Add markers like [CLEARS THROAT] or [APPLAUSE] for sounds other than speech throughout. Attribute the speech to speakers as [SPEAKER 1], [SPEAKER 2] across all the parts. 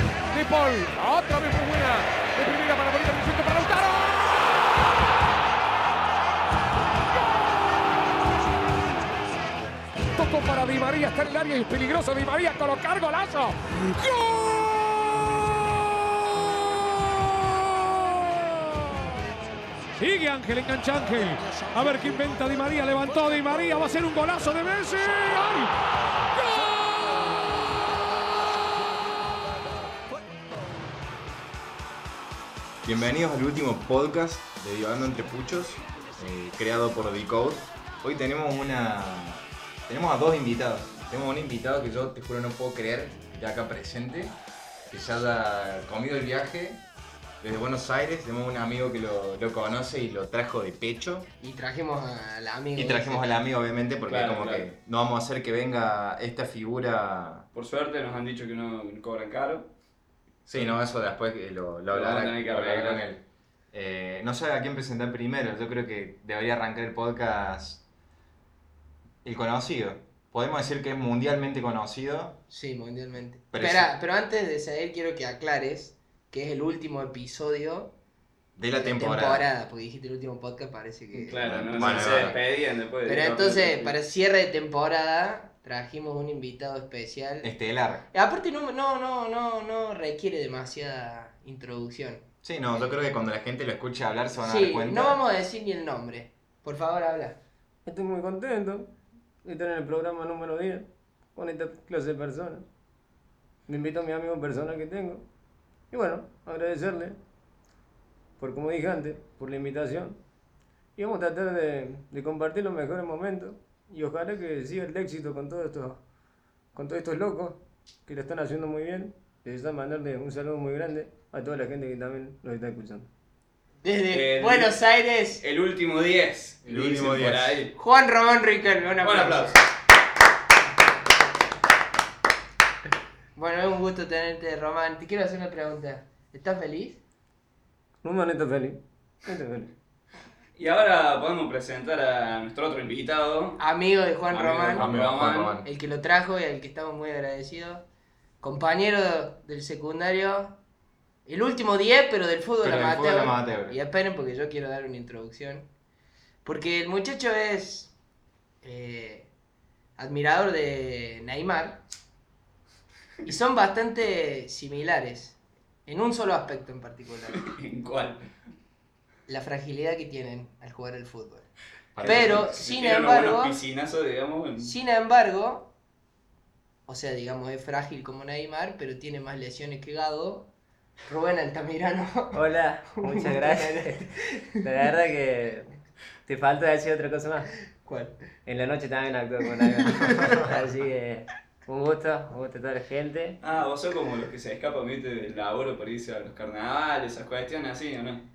[SPEAKER 1] fútbol. Otra vez muy buena. De primera para Bonita, perfecto para Lautaro. Tocó para Di María, está en el área y es peligroso Di María colocar golazo. ¡Gol! Sigue Ángel, engancha Ángel. A ver qué inventa Di María, levantó Di María, va a ser un golazo de Messi. ¡Ay!
[SPEAKER 2] Bienvenidos al último podcast de Divagando entre Puchos, eh, creado por Decode. Hoy tenemos una. Tenemos a dos invitados. Tenemos a un invitado que yo te juro no puedo creer, ya acá presente, que se haya comido el viaje desde Buenos Aires. Tenemos un amigo que lo, lo conoce y lo trajo de pecho.
[SPEAKER 3] Y trajimos al amigo.
[SPEAKER 2] Y trajimos al amigo, obviamente, porque
[SPEAKER 4] Claro,
[SPEAKER 2] como
[SPEAKER 4] claro.
[SPEAKER 2] que no vamos a hacer que venga esta figura.
[SPEAKER 4] Por suerte nos han dicho que no cobran caro.
[SPEAKER 2] Sí, no, eso después que lo, lo
[SPEAKER 4] Lo vamos a
[SPEAKER 2] hablará
[SPEAKER 4] tener que
[SPEAKER 2] lo hablará
[SPEAKER 4] arreglar.
[SPEAKER 2] con él. Eh, no sé a quién presentar primero. Yo creo que debería arrancar el podcast el conocido. Podemos decir que es mundialmente conocido.
[SPEAKER 3] Sí, mundialmente.
[SPEAKER 2] Pero
[SPEAKER 3] Espera,
[SPEAKER 2] sí.
[SPEAKER 3] pero antes de seguir quiero que aclares que es el último episodio
[SPEAKER 2] De la
[SPEAKER 3] de
[SPEAKER 2] temporada.
[SPEAKER 3] porque dijiste el último podcast, parece que...
[SPEAKER 4] Claro, no,
[SPEAKER 2] Bueno,
[SPEAKER 4] se
[SPEAKER 2] bueno.
[SPEAKER 4] despedían después de
[SPEAKER 3] Pero
[SPEAKER 4] no,
[SPEAKER 3] entonces,
[SPEAKER 4] no,
[SPEAKER 3] para cierre de temporada, trajimos un invitado especial.
[SPEAKER 2] Estelar.
[SPEAKER 3] Y Aparte no, no, no, no, no requiere demasiada introducción.
[SPEAKER 2] Sí, no, yo creo que cuando la gente lo escuche hablar se van a dar
[SPEAKER 3] Sí,
[SPEAKER 2] cuenta.
[SPEAKER 3] no vamos a decir ni el nombre. Por favor, habla.
[SPEAKER 5] Estoy muy contento de estar en el programa número 10 con esta clase de personas. Le invito a mi amigo persona que tengo. Y bueno, agradecerle por, como dije antes, por la invitación. Y vamos a tratar de, de compartir los mejores momentos. Y ojalá que siga el éxito con todos estos, con todos estos locos que lo están haciendo muy bien. Les deseo mandarle un saludo muy grande a toda la gente que también los está escuchando.
[SPEAKER 3] Desde
[SPEAKER 4] El-
[SPEAKER 3] Buenos Aires,
[SPEAKER 4] El último 10.
[SPEAKER 2] El último 10.
[SPEAKER 4] dicen Por ahí.
[SPEAKER 3] Juan Román Riquelme. Un
[SPEAKER 4] Buen
[SPEAKER 3] aplauso.
[SPEAKER 4] aplauso.
[SPEAKER 3] Bueno, es un gusto tenerte, Román. Te quiero hacer una pregunta. ¿Estás feliz?
[SPEAKER 5] Un momento feliz. Estoy feliz.
[SPEAKER 4] Y ahora podemos presentar a nuestro otro invitado.
[SPEAKER 3] Amigo de Juan
[SPEAKER 4] Amigo de
[SPEAKER 3] Román,
[SPEAKER 4] Juan
[SPEAKER 2] Amigo de Juan
[SPEAKER 4] Román.
[SPEAKER 2] Román.
[SPEAKER 3] el que lo trajo y al que estamos muy agradecidos. Compañero del secundario, el último 10, pero del fútbol
[SPEAKER 2] Pero del
[SPEAKER 3] amateur.
[SPEAKER 2] fútbol amateur.
[SPEAKER 3] Y esperen porque yo quiero dar una introducción. Porque el muchacho es eh, admirador de Neymar y son bastante similares en un solo aspecto en particular.
[SPEAKER 4] [LAUGHS] ¿En cuál?
[SPEAKER 3] la fragilidad que tienen al jugar el fútbol.
[SPEAKER 2] Parece
[SPEAKER 3] Pero,
[SPEAKER 4] Se
[SPEAKER 3] sin
[SPEAKER 4] tiraron
[SPEAKER 3] embargo,
[SPEAKER 4] unos piscinazos, digamos. en-
[SPEAKER 3] sin embargo, o sea, digamos, es frágil como Neymar, pero tiene más lesiones que Gado. Rubén Altamirano. [LAUGHS]
[SPEAKER 5] Hola, muchas gracias. La verdad que te falta decir otra cosa más.
[SPEAKER 3] ¿Cuál?
[SPEAKER 5] En la noche también actúo con
[SPEAKER 3] [LAUGHS]
[SPEAKER 5] la Así que un gusto, un gusto a toda la gente.
[SPEAKER 4] Ah, vos sos como los que se escapan ¿viste? del laburo para irse a los carnavales, esas cuestiones así, ¿o no?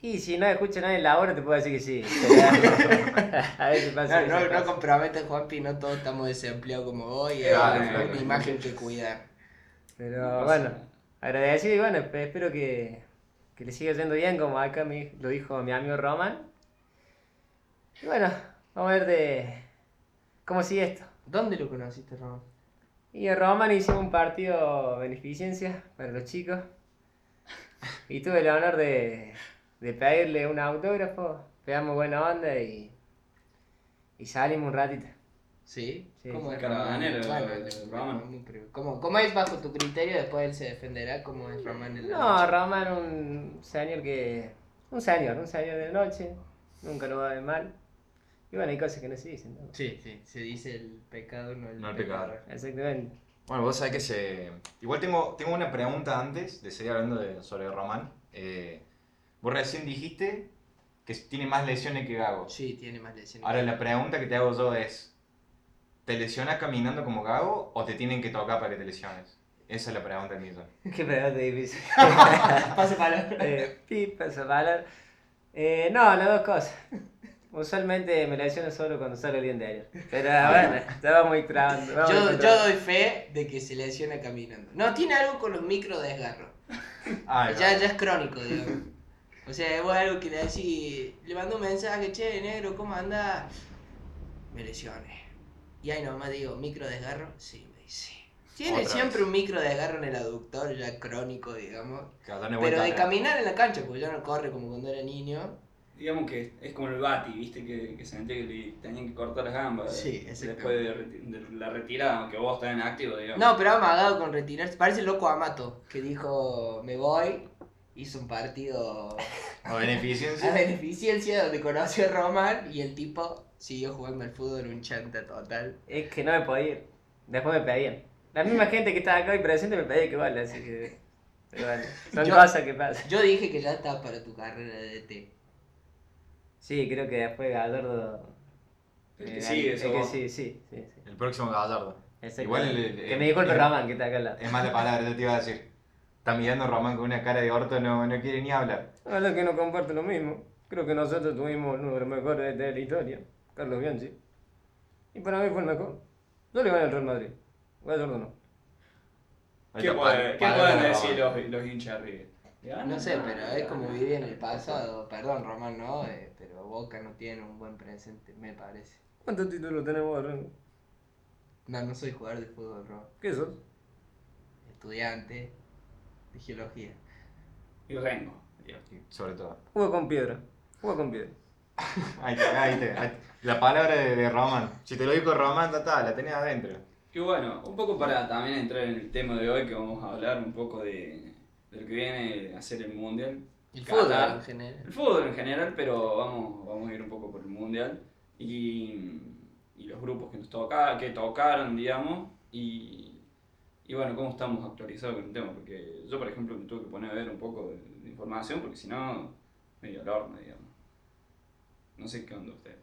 [SPEAKER 5] Y si no escucha nadie en la hora, te puedo decir
[SPEAKER 3] [LAUGHS]
[SPEAKER 5] que sí. Pero- a veces pasa.
[SPEAKER 3] No,
[SPEAKER 5] que
[SPEAKER 3] no,
[SPEAKER 5] se
[SPEAKER 3] no
[SPEAKER 5] pasa.
[SPEAKER 3] compromete, Juanpi, no todos estamos desempleados como vos y
[SPEAKER 2] Eh,
[SPEAKER 3] es
[SPEAKER 2] vale,
[SPEAKER 3] una
[SPEAKER 2] vale.
[SPEAKER 3] imagen que cuidar.
[SPEAKER 5] Pero bueno, agradecido y bueno, esp- espero que, que le siga yendo bien, como acá mi- lo dijo mi amigo Roman. Y bueno, vamos a ver de cómo sigue esto.
[SPEAKER 3] ¿Dónde lo conociste, Ramón?
[SPEAKER 5] Y en Roman hicimos un partido beneficencia para los chicos. Y tuve el honor de, de pedirle un autógrafo. Pegamos buena onda y, y salimos un ratito.
[SPEAKER 3] ¿Sí?
[SPEAKER 5] Sí,
[SPEAKER 3] ¿Cómo
[SPEAKER 5] sí,
[SPEAKER 3] es
[SPEAKER 4] Caravanero,
[SPEAKER 3] Bueno,
[SPEAKER 4] el- el Román.
[SPEAKER 3] muy pri- ¿Cómo, ¿Cómo es bajo tu criterio? Después él se defenderá. ¿Cómo es Román en la
[SPEAKER 5] No,
[SPEAKER 3] noche?
[SPEAKER 5] Roman un señor que... Un señor, un señor de noche. Nunca lo va a ver mal. Y bueno, hay cosas que no se dicen. ¿no?
[SPEAKER 3] Sí, sí, se dice el pecado, no el
[SPEAKER 2] No el pecado.
[SPEAKER 5] Exactamente.
[SPEAKER 2] Bueno, vos sabés que se. Igual tengo, tengo una pregunta antes de seguir hablando de- sobre Román. Eh, vos recién dijiste que tiene más lesiones que Gago.
[SPEAKER 3] Sí, tiene más lesiones.
[SPEAKER 2] Ahora la pregunta que te hago yo es, ¿te lesionas caminando como Gago o te tienen que tocar para que te lesiones? Esa es la pregunta que me hizo.
[SPEAKER 5] [LAUGHS] Qué pregunta [LAUGHS] difícil.
[SPEAKER 3] Pasa palabra.
[SPEAKER 5] Eh, [LAUGHS] pipa, zapalar. Eh, no, las dos cosas. Usualmente me lesiono solo cuando salgo el día diario. Pero bueno, estaba muy trabando. vamos
[SPEAKER 3] Yo,
[SPEAKER 5] muy
[SPEAKER 3] yo
[SPEAKER 5] trabando.
[SPEAKER 3] doy fe de que se lesiona caminando. No, tiene algo con los micro desgarros.
[SPEAKER 2] Ah,
[SPEAKER 3] Ya, ya es crónico, digamos. O sea, vos algo que le decís, le mando un mensaje, che, negro, ¿cómo anda? Me lesioné. Y ahí nomás digo, micro desgarro, sí, me dice. Tiene
[SPEAKER 2] Otra
[SPEAKER 3] siempre
[SPEAKER 2] vez.
[SPEAKER 3] un micro desgarro en el aductor, ya crónico, digamos.
[SPEAKER 2] Cada una
[SPEAKER 3] Pero
[SPEAKER 2] vuelta
[SPEAKER 3] de
[SPEAKER 2] atrás.
[SPEAKER 3] caminar en la cancha, porque ya no corre como cuando era niño.
[SPEAKER 4] Digamos que es como el Bati, ¿viste? Que, que se sentía que le tenían que cortar las gambas. eh,
[SPEAKER 3] Sí,
[SPEAKER 4] Después de, reti- de la retirada, aunque vos estás en activo, digamos.
[SPEAKER 3] No, pero ha amagado con retirarse. Parece el loco Amato, que dijo, me voy. Hizo un partido
[SPEAKER 2] A
[SPEAKER 3] a [LAUGHS]
[SPEAKER 2] beneficencia.
[SPEAKER 3] beneficencia donde conoció a Roman y el tipo siguió jugando al fútbol un chanta total.
[SPEAKER 5] Es que no me podía ir. Después me pedían. La misma gente que estaba acá hoy presente me pedía que vale, así que. pero bueno, son
[SPEAKER 3] Yo-
[SPEAKER 5] cosas que pasan.
[SPEAKER 3] Yo dije que ya está para tu carrera de DT.
[SPEAKER 5] Sí, creo que después Gallardo.
[SPEAKER 4] El
[SPEAKER 5] eh,
[SPEAKER 4] que sigue,
[SPEAKER 5] es
[SPEAKER 4] eso
[SPEAKER 5] que
[SPEAKER 4] vos.
[SPEAKER 5] sí, sí, sí. sí.
[SPEAKER 2] El próximo Gallardo.
[SPEAKER 5] Exacto.
[SPEAKER 2] Igual el- el-
[SPEAKER 5] que
[SPEAKER 2] el-
[SPEAKER 5] me dijo el
[SPEAKER 2] el-
[SPEAKER 5] Ramán que está acá al lado.
[SPEAKER 2] Es mala palabra, te iba a decir. Está mirando a Román con una cara de orto, no, no quiere ni hablar.
[SPEAKER 5] La verdad que no comparto lo mismo. Creo que nosotros tuvimos uno de los mejores de la historia, Carlos Bianchi. Y para mí fue el mejor. Yo le gané al Real Madrid. Gallardo no.
[SPEAKER 4] ¿Qué,
[SPEAKER 2] Otra
[SPEAKER 4] puede-
[SPEAKER 2] pa-
[SPEAKER 4] qué
[SPEAKER 2] palabra
[SPEAKER 4] pueden
[SPEAKER 2] de
[SPEAKER 4] decir
[SPEAKER 2] Román.
[SPEAKER 4] los, los hinchas de River? Le ganan,
[SPEAKER 3] Ah, No sé,
[SPEAKER 4] ganan,
[SPEAKER 3] pero es
[SPEAKER 4] ganan.
[SPEAKER 3] como vivir en el pasado. Perdón, Roman no, eh, pero Boca no tiene un buen presente, me parece.
[SPEAKER 5] ¿Cuántos títulos tenemos, Rengo?
[SPEAKER 3] No, no soy jugador de fútbol, Roman.
[SPEAKER 5] ¿Qué sos?
[SPEAKER 3] Estudiante de geología.
[SPEAKER 4] Y Rengo. digamos.
[SPEAKER 2] Sobre todo.
[SPEAKER 5] Juega con piedra. Juega con piedra.
[SPEAKER 2] Ahí te, ahí te, ahí te. La palabra de, de Román. Si te lo dijo Román, ta, ta, la tenías adentro.
[SPEAKER 4] Y bueno, un poco para también entrar en el tema de hoy, que vamos a hablar un poco de, de lo que viene a ser el Mundial.
[SPEAKER 3] El
[SPEAKER 4] Qatar.
[SPEAKER 3] fútbol en general.
[SPEAKER 4] El fútbol en general, pero vamos, vamos a ir un poco por el mundial y, y los grupos que nos toca, que tocaron, digamos, y, y bueno, cómo estamos actualizados con el tema, porque yo, por ejemplo, me tuve que poner a ver un poco de, de información, porque si no, medio al horno, digamos. No sé qué onda ustedes.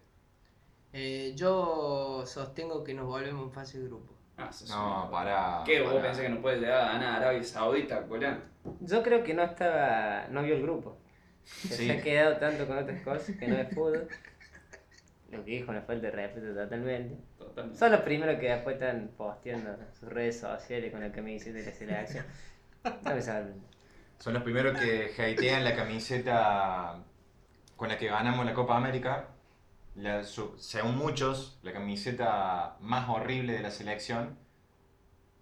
[SPEAKER 3] Eh, yo sostengo que nos volvemos un fase de grupo.
[SPEAKER 4] Ah, sos
[SPEAKER 2] No,
[SPEAKER 4] un-
[SPEAKER 2] pará.
[SPEAKER 4] ¿Qué? ¿Vos
[SPEAKER 2] pará.
[SPEAKER 4] pensás que no puedes llegar a ganar a Arabia Saudita, Colán?
[SPEAKER 5] Yo creo que no estaba. no vio el grupo. Que
[SPEAKER 2] Sí.
[SPEAKER 5] Se ha quedado tanto con otras cosas que no es fútbol. Lo que dijo una falta de respeto totalmente.
[SPEAKER 4] Totalmente.
[SPEAKER 5] Son los primeros que después están posteando en sus redes sociales con la camiseta de la selección. No me salven.
[SPEAKER 2] Son los primeros que hatean la camiseta con la que ganamos la Copa América. La su- según muchos, la camiseta más horrible de la selección.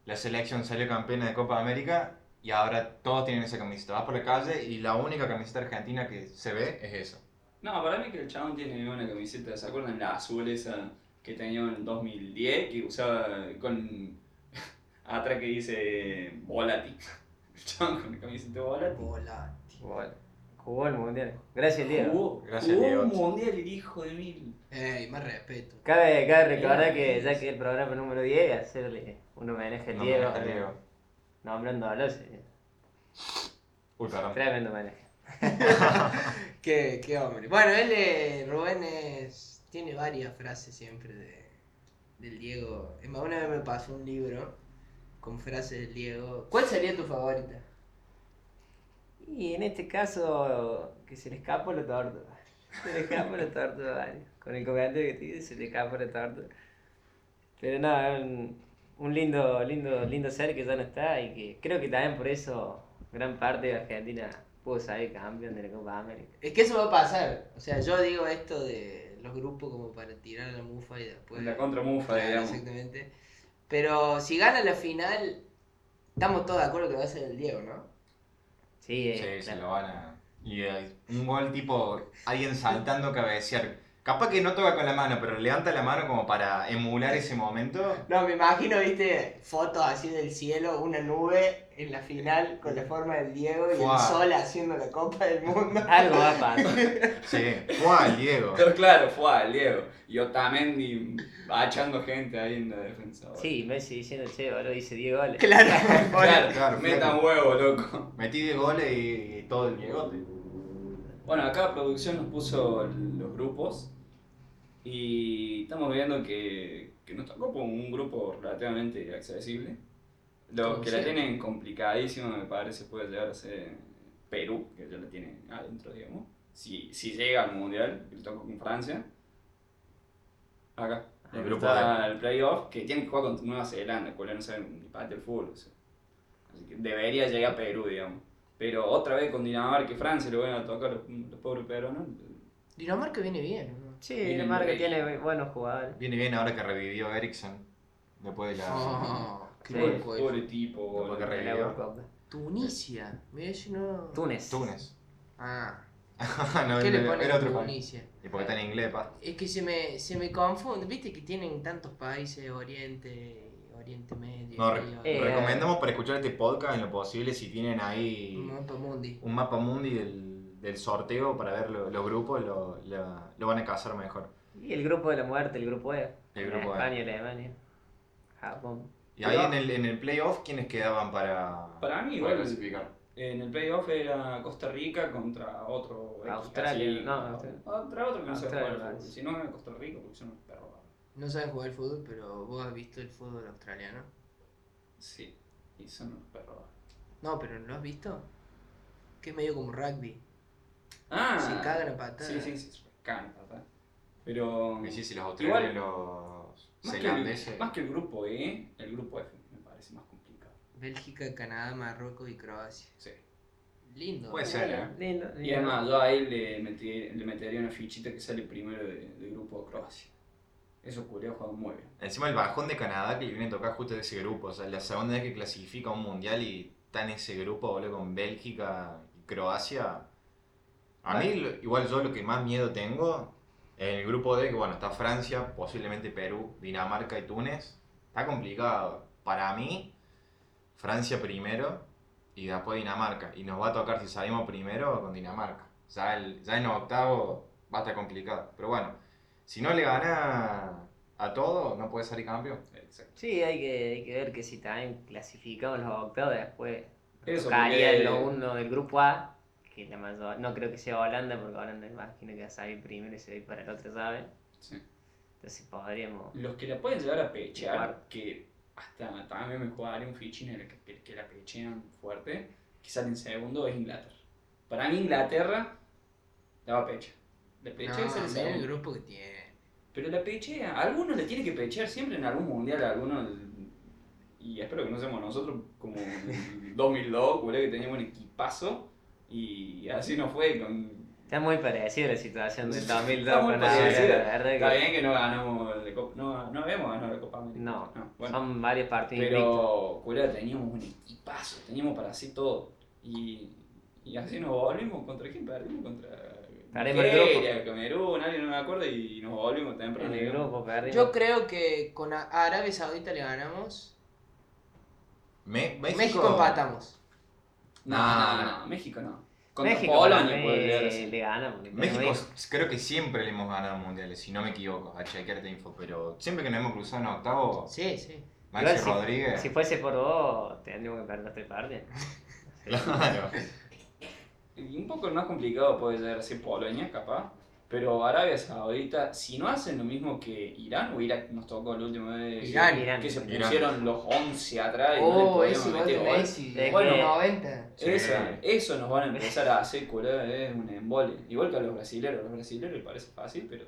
[SPEAKER 2] La selección salió campeona de Copa América y ahora todos tienen esa camiseta. Vas por la calle y la única camiseta argentina que se ve es esa.
[SPEAKER 4] No, para mí que el chabón tiene una camiseta, ¿se acuerdan? La azul esa que tenía en el 2010 que usaba con. [LAUGHS] atrás que dice. Volati. [LAUGHS] El chabón con la camiseta Volati.
[SPEAKER 5] Bueno, jugó el mundial. Gracias, Diego.
[SPEAKER 4] Jugó-
[SPEAKER 2] Gracias,
[SPEAKER 4] jugó
[SPEAKER 2] Diego.
[SPEAKER 4] un mundial el hijo de mil.
[SPEAKER 3] Ey, más respeto.
[SPEAKER 5] Cabe, cabe recordar que ya que el programa número 10, hacerle un homenaje al
[SPEAKER 2] No me
[SPEAKER 5] Diego.
[SPEAKER 2] deja Diego.
[SPEAKER 5] Nombrando a los. eh,
[SPEAKER 2] Uy, perdón.
[SPEAKER 5] Tremendo homenaje.
[SPEAKER 3] Qué, qué hombre. Bueno, él, eh, Rubén, es- tiene varias frases siempre de, del Diego. Es más, una vez me pasó un libro con frases del Diego. ¿Cuál sería tu favorita?
[SPEAKER 5] Y en este caso, que se le escapó la tortuga. Se le escapó la tortuga, [LAUGHS] vale. Con el comentario que te hice, se le escapó la tortuga. Pero nada, un, un lindo, lindo, lindo ser que ya no está y que creo que también por eso gran parte de Argentina pudo salir campeón de la Copa América.
[SPEAKER 3] Es que eso va a pasar. O sea, yo digo esto de los grupos como para tirar la mufa y después.
[SPEAKER 4] La contramufa,
[SPEAKER 3] Claro,
[SPEAKER 4] digamos.
[SPEAKER 3] exactamente. Pero si gana la final, estamos todos de acuerdo que va a ser el Diego, ¿no?
[SPEAKER 5] Sí, eh,
[SPEAKER 2] Sí, se
[SPEAKER 5] claro.
[SPEAKER 2] lo van a. Y eh, un gol tipo alguien saltando a cabecear. Capaz que no toca con la mano, pero levanta la mano como para emular ese momento.
[SPEAKER 3] No, me imagino, viste, fotos así del cielo, una nube en la final con la forma del Diego y
[SPEAKER 2] Fuá.
[SPEAKER 3] el sol haciendo la Copa del Mundo. [LAUGHS]
[SPEAKER 5] Algo va a pasar.
[SPEAKER 2] Sí, ¿cuál, Diego?
[SPEAKER 4] Pero claro, fue al Diego. Y Otamendi achando gente ahí en la defensa. boludo.
[SPEAKER 5] Sí, Messi diciendo, che, boludo, hice 10 goles.
[SPEAKER 3] Claro.
[SPEAKER 4] Claro,
[SPEAKER 2] Claro,
[SPEAKER 4] metan
[SPEAKER 2] claro.
[SPEAKER 4] huevo, loco.
[SPEAKER 2] Metí 10 goles y, y todo el Diegote.
[SPEAKER 4] Bueno, acá producción nos puso los grupos y estamos viendo que, que nos tocó con un grupo relativamente accesible. Los
[SPEAKER 3] Como
[SPEAKER 4] que la
[SPEAKER 3] siempre.
[SPEAKER 4] tienen complicadísima, me parece, puede llegar a ser Perú, que ya la tiene adentro, digamos. Si, si llega al Mundial, que le tocó con Francia. Acá,
[SPEAKER 2] El
[SPEAKER 4] el
[SPEAKER 2] grupo
[SPEAKER 4] grupo está el playoff, que tiene que jugar contra Nueva Zelanda, cual no saben ni parte del fútbol. o sea. Así que debería llegar a Perú, digamos. Pero otra vez con Dinamarca y Francia le van a tocar los, los pobres peruanos.
[SPEAKER 3] Dinamarca viene bien, ¿no?
[SPEAKER 5] Sí,
[SPEAKER 4] Miren,
[SPEAKER 5] Dinamarca
[SPEAKER 4] Rey.
[SPEAKER 5] tiene buenos jugadores.
[SPEAKER 2] Viene bien ahora que revivió Ericsson. Después de la.
[SPEAKER 3] Oh, Qué
[SPEAKER 5] Sí.
[SPEAKER 3] loco eso.
[SPEAKER 4] Pobre tipo, boludo.
[SPEAKER 2] Porque
[SPEAKER 5] En la
[SPEAKER 2] revivió.
[SPEAKER 5] Eurocopa.
[SPEAKER 3] Tunisia. Mirá, yo no.
[SPEAKER 5] Túnez.
[SPEAKER 2] Túnez. [LAUGHS]
[SPEAKER 3] Ah.
[SPEAKER 2] no,
[SPEAKER 3] ¿Qué
[SPEAKER 2] el-
[SPEAKER 3] le
[SPEAKER 2] el
[SPEAKER 3] ponen
[SPEAKER 2] otro país.
[SPEAKER 3] Tunisia?
[SPEAKER 2] Y porque está en inglés, pa.
[SPEAKER 3] Es que se me, se me confunde. Viste que tienen tantos países, Oriente, Oriente Medio.
[SPEAKER 2] No, re-
[SPEAKER 3] Medio-
[SPEAKER 5] Eh,
[SPEAKER 2] recomendamos para escuchar este podcast en lo posible si tienen ahí
[SPEAKER 3] Mapa Mundi.
[SPEAKER 2] un mapa mundi del, del sorteo para ver lo- los grupos, lo, la- lo van a cazar mejor.
[SPEAKER 5] Y el grupo de la muerte, el grupo E.
[SPEAKER 2] El grupo E.
[SPEAKER 5] España, Alemania, Japón.
[SPEAKER 2] Y ahí
[SPEAKER 4] Pero-
[SPEAKER 2] en el, en el playoff, ¿quiénes quedaban para,
[SPEAKER 4] Para mí,
[SPEAKER 2] para
[SPEAKER 4] igual.
[SPEAKER 2] clasificar?
[SPEAKER 4] En el playoff era Costa Rica contra otro. X,
[SPEAKER 5] Australia,
[SPEAKER 4] así,
[SPEAKER 5] no,
[SPEAKER 4] contra- Contra otro que no se
[SPEAKER 5] Australia,
[SPEAKER 4] juega al fútbol.
[SPEAKER 5] parece.
[SPEAKER 4] Si no, era Costa Rica, porque son unos perros.
[SPEAKER 3] No saben jugar al fútbol, pero vos has visto el fútbol australiano.
[SPEAKER 4] Sí, y son unos perros.
[SPEAKER 3] No, pero ¿no has visto? Que es medio como rugby.
[SPEAKER 4] Ah,
[SPEAKER 3] Se cagan a patadas.
[SPEAKER 4] Sí, sí, sí, se cagan a patadas. Pero.
[SPEAKER 2] Y sí, si los
[SPEAKER 4] Igual-
[SPEAKER 2] australianos y los
[SPEAKER 4] Más que, el,
[SPEAKER 2] zelandeses.
[SPEAKER 4] más que el grupo E, el grupo F me parece más complicado.
[SPEAKER 3] Bélgica, Canadá, Marruecos y Croacia.
[SPEAKER 4] Sí.
[SPEAKER 3] Lindo.
[SPEAKER 2] Puede ser, ¿eh?
[SPEAKER 5] Lindo.
[SPEAKER 4] Y además, yo ahí le, metí- le metería una fichita que sale primero de- del grupo Croacia. Eso culiao juega muy bien.
[SPEAKER 2] Encima el bajón de Canadá que le viene a tocar justo de ese grupo. O sea, la segunda vez que clasifica a un mundial y está en ese grupo, boludo, con Bélgica y Croacia. A mí, lo- igual yo lo que más miedo tengo en el grupo D, que bueno, está Francia, posiblemente Perú, Dinamarca y Túnez. Está complicado. Para mí, Francia primero y después Dinamarca. Y nos va a tocar si salimos primero con Dinamarca. Ya, el, ya en octavo va a estar complicado. Pero bueno, si no le gana a todo, no puede salir campeón.
[SPEAKER 4] Exacto.
[SPEAKER 5] Sí, hay que, hay que ver que si también clasificamos los octavos después
[SPEAKER 4] Eso,
[SPEAKER 5] tocaría
[SPEAKER 4] porque-
[SPEAKER 5] lo uno del grupo A, que la mayor, no creo que sea Holanda, porque Holanda imagino que va a salir primero y se va a ir para el otro, ¿sabes?
[SPEAKER 4] Sí.
[SPEAKER 5] Entonces podríamos...
[SPEAKER 4] Los que la pueden llegar a
[SPEAKER 5] Igual.
[SPEAKER 4] pechear, que hasta también me jugaría un fichín en el que, que la pechean fuerte, que salen segundo, es Inglaterra. Para mí, Inglaterra la va a pechear. La
[SPEAKER 3] No,
[SPEAKER 2] Ah,
[SPEAKER 4] pechea y
[SPEAKER 3] mira
[SPEAKER 4] sale
[SPEAKER 3] el
[SPEAKER 4] segundo.
[SPEAKER 3] grupo que tiene.
[SPEAKER 4] Pero la pechea, alguno la tiene que pechear siempre en algún mundial, alguno. Y espero que no seamos nosotros
[SPEAKER 5] [LAUGHS]
[SPEAKER 4] como en el 2002, boludo, que teníamos un equipazo. Y así no fue. Con...
[SPEAKER 5] Está muy parecida la situación del 2002
[SPEAKER 4] Está muy
[SPEAKER 5] con ahora,
[SPEAKER 4] parecida.
[SPEAKER 5] la verdad
[SPEAKER 4] Está
[SPEAKER 5] que-
[SPEAKER 4] bien que no ganamos la Copa. No, no habíamos ganado la Copa América.
[SPEAKER 5] No,
[SPEAKER 4] bueno.
[SPEAKER 5] son varios partidos invictos.
[SPEAKER 4] Pero, culiao, teníamos un equipazo, teníamos para hacer todo. Y, y así nos volvimos. ¿Contra quién perdimos? Contra.
[SPEAKER 5] Perdimos el
[SPEAKER 4] Nigeria, Camerún, alguien no me acuerdo, y nos volvimos temprano.
[SPEAKER 5] En el grupo perdimos.
[SPEAKER 3] Yo creo que con a- a Arabia Saudita le ganamos.
[SPEAKER 2] Me- México,
[SPEAKER 3] México, empatamos.
[SPEAKER 4] No,
[SPEAKER 2] Ah.
[SPEAKER 4] no, no, México no. Contra
[SPEAKER 5] México
[SPEAKER 4] Polonia,
[SPEAKER 5] eh,
[SPEAKER 4] podría decir.
[SPEAKER 5] le gana. porque
[SPEAKER 2] México
[SPEAKER 5] México-
[SPEAKER 2] creo que siempre le hemos ganado mundiales, si no me equivoco, a chequearte info, pero siempre que nos hemos cruzado en octavo,
[SPEAKER 3] Sí, sí.
[SPEAKER 2] Maxi
[SPEAKER 5] Igual si-
[SPEAKER 2] Rodríguez.
[SPEAKER 5] Si fuese por vos, tendríamos que perder tres partidos.
[SPEAKER 2] Claro.
[SPEAKER 4] Y un poco más complicado puede llegar a ser Polonia, capaz. Pero Arabia Saudita, si no hacen lo mismo que Irán, o Irak nos tocó la última vez.
[SPEAKER 3] Irán,
[SPEAKER 5] Irán.
[SPEAKER 4] Que se
[SPEAKER 2] Irán.
[SPEAKER 4] pusieron los 11 atrás y no le
[SPEAKER 3] Oh,
[SPEAKER 4] podíamos
[SPEAKER 3] ese gol
[SPEAKER 4] meter
[SPEAKER 3] de
[SPEAKER 4] gol.
[SPEAKER 3] Messi.
[SPEAKER 5] Es
[SPEAKER 3] Bueno,
[SPEAKER 5] que-
[SPEAKER 3] 90.
[SPEAKER 2] Sí.
[SPEAKER 4] Eso, eso nos van a
[SPEAKER 3] [LAUGHS]
[SPEAKER 4] empezar a hacer curar, es un embole. Igual que a los brasileños, los brasileños les parece fácil, pero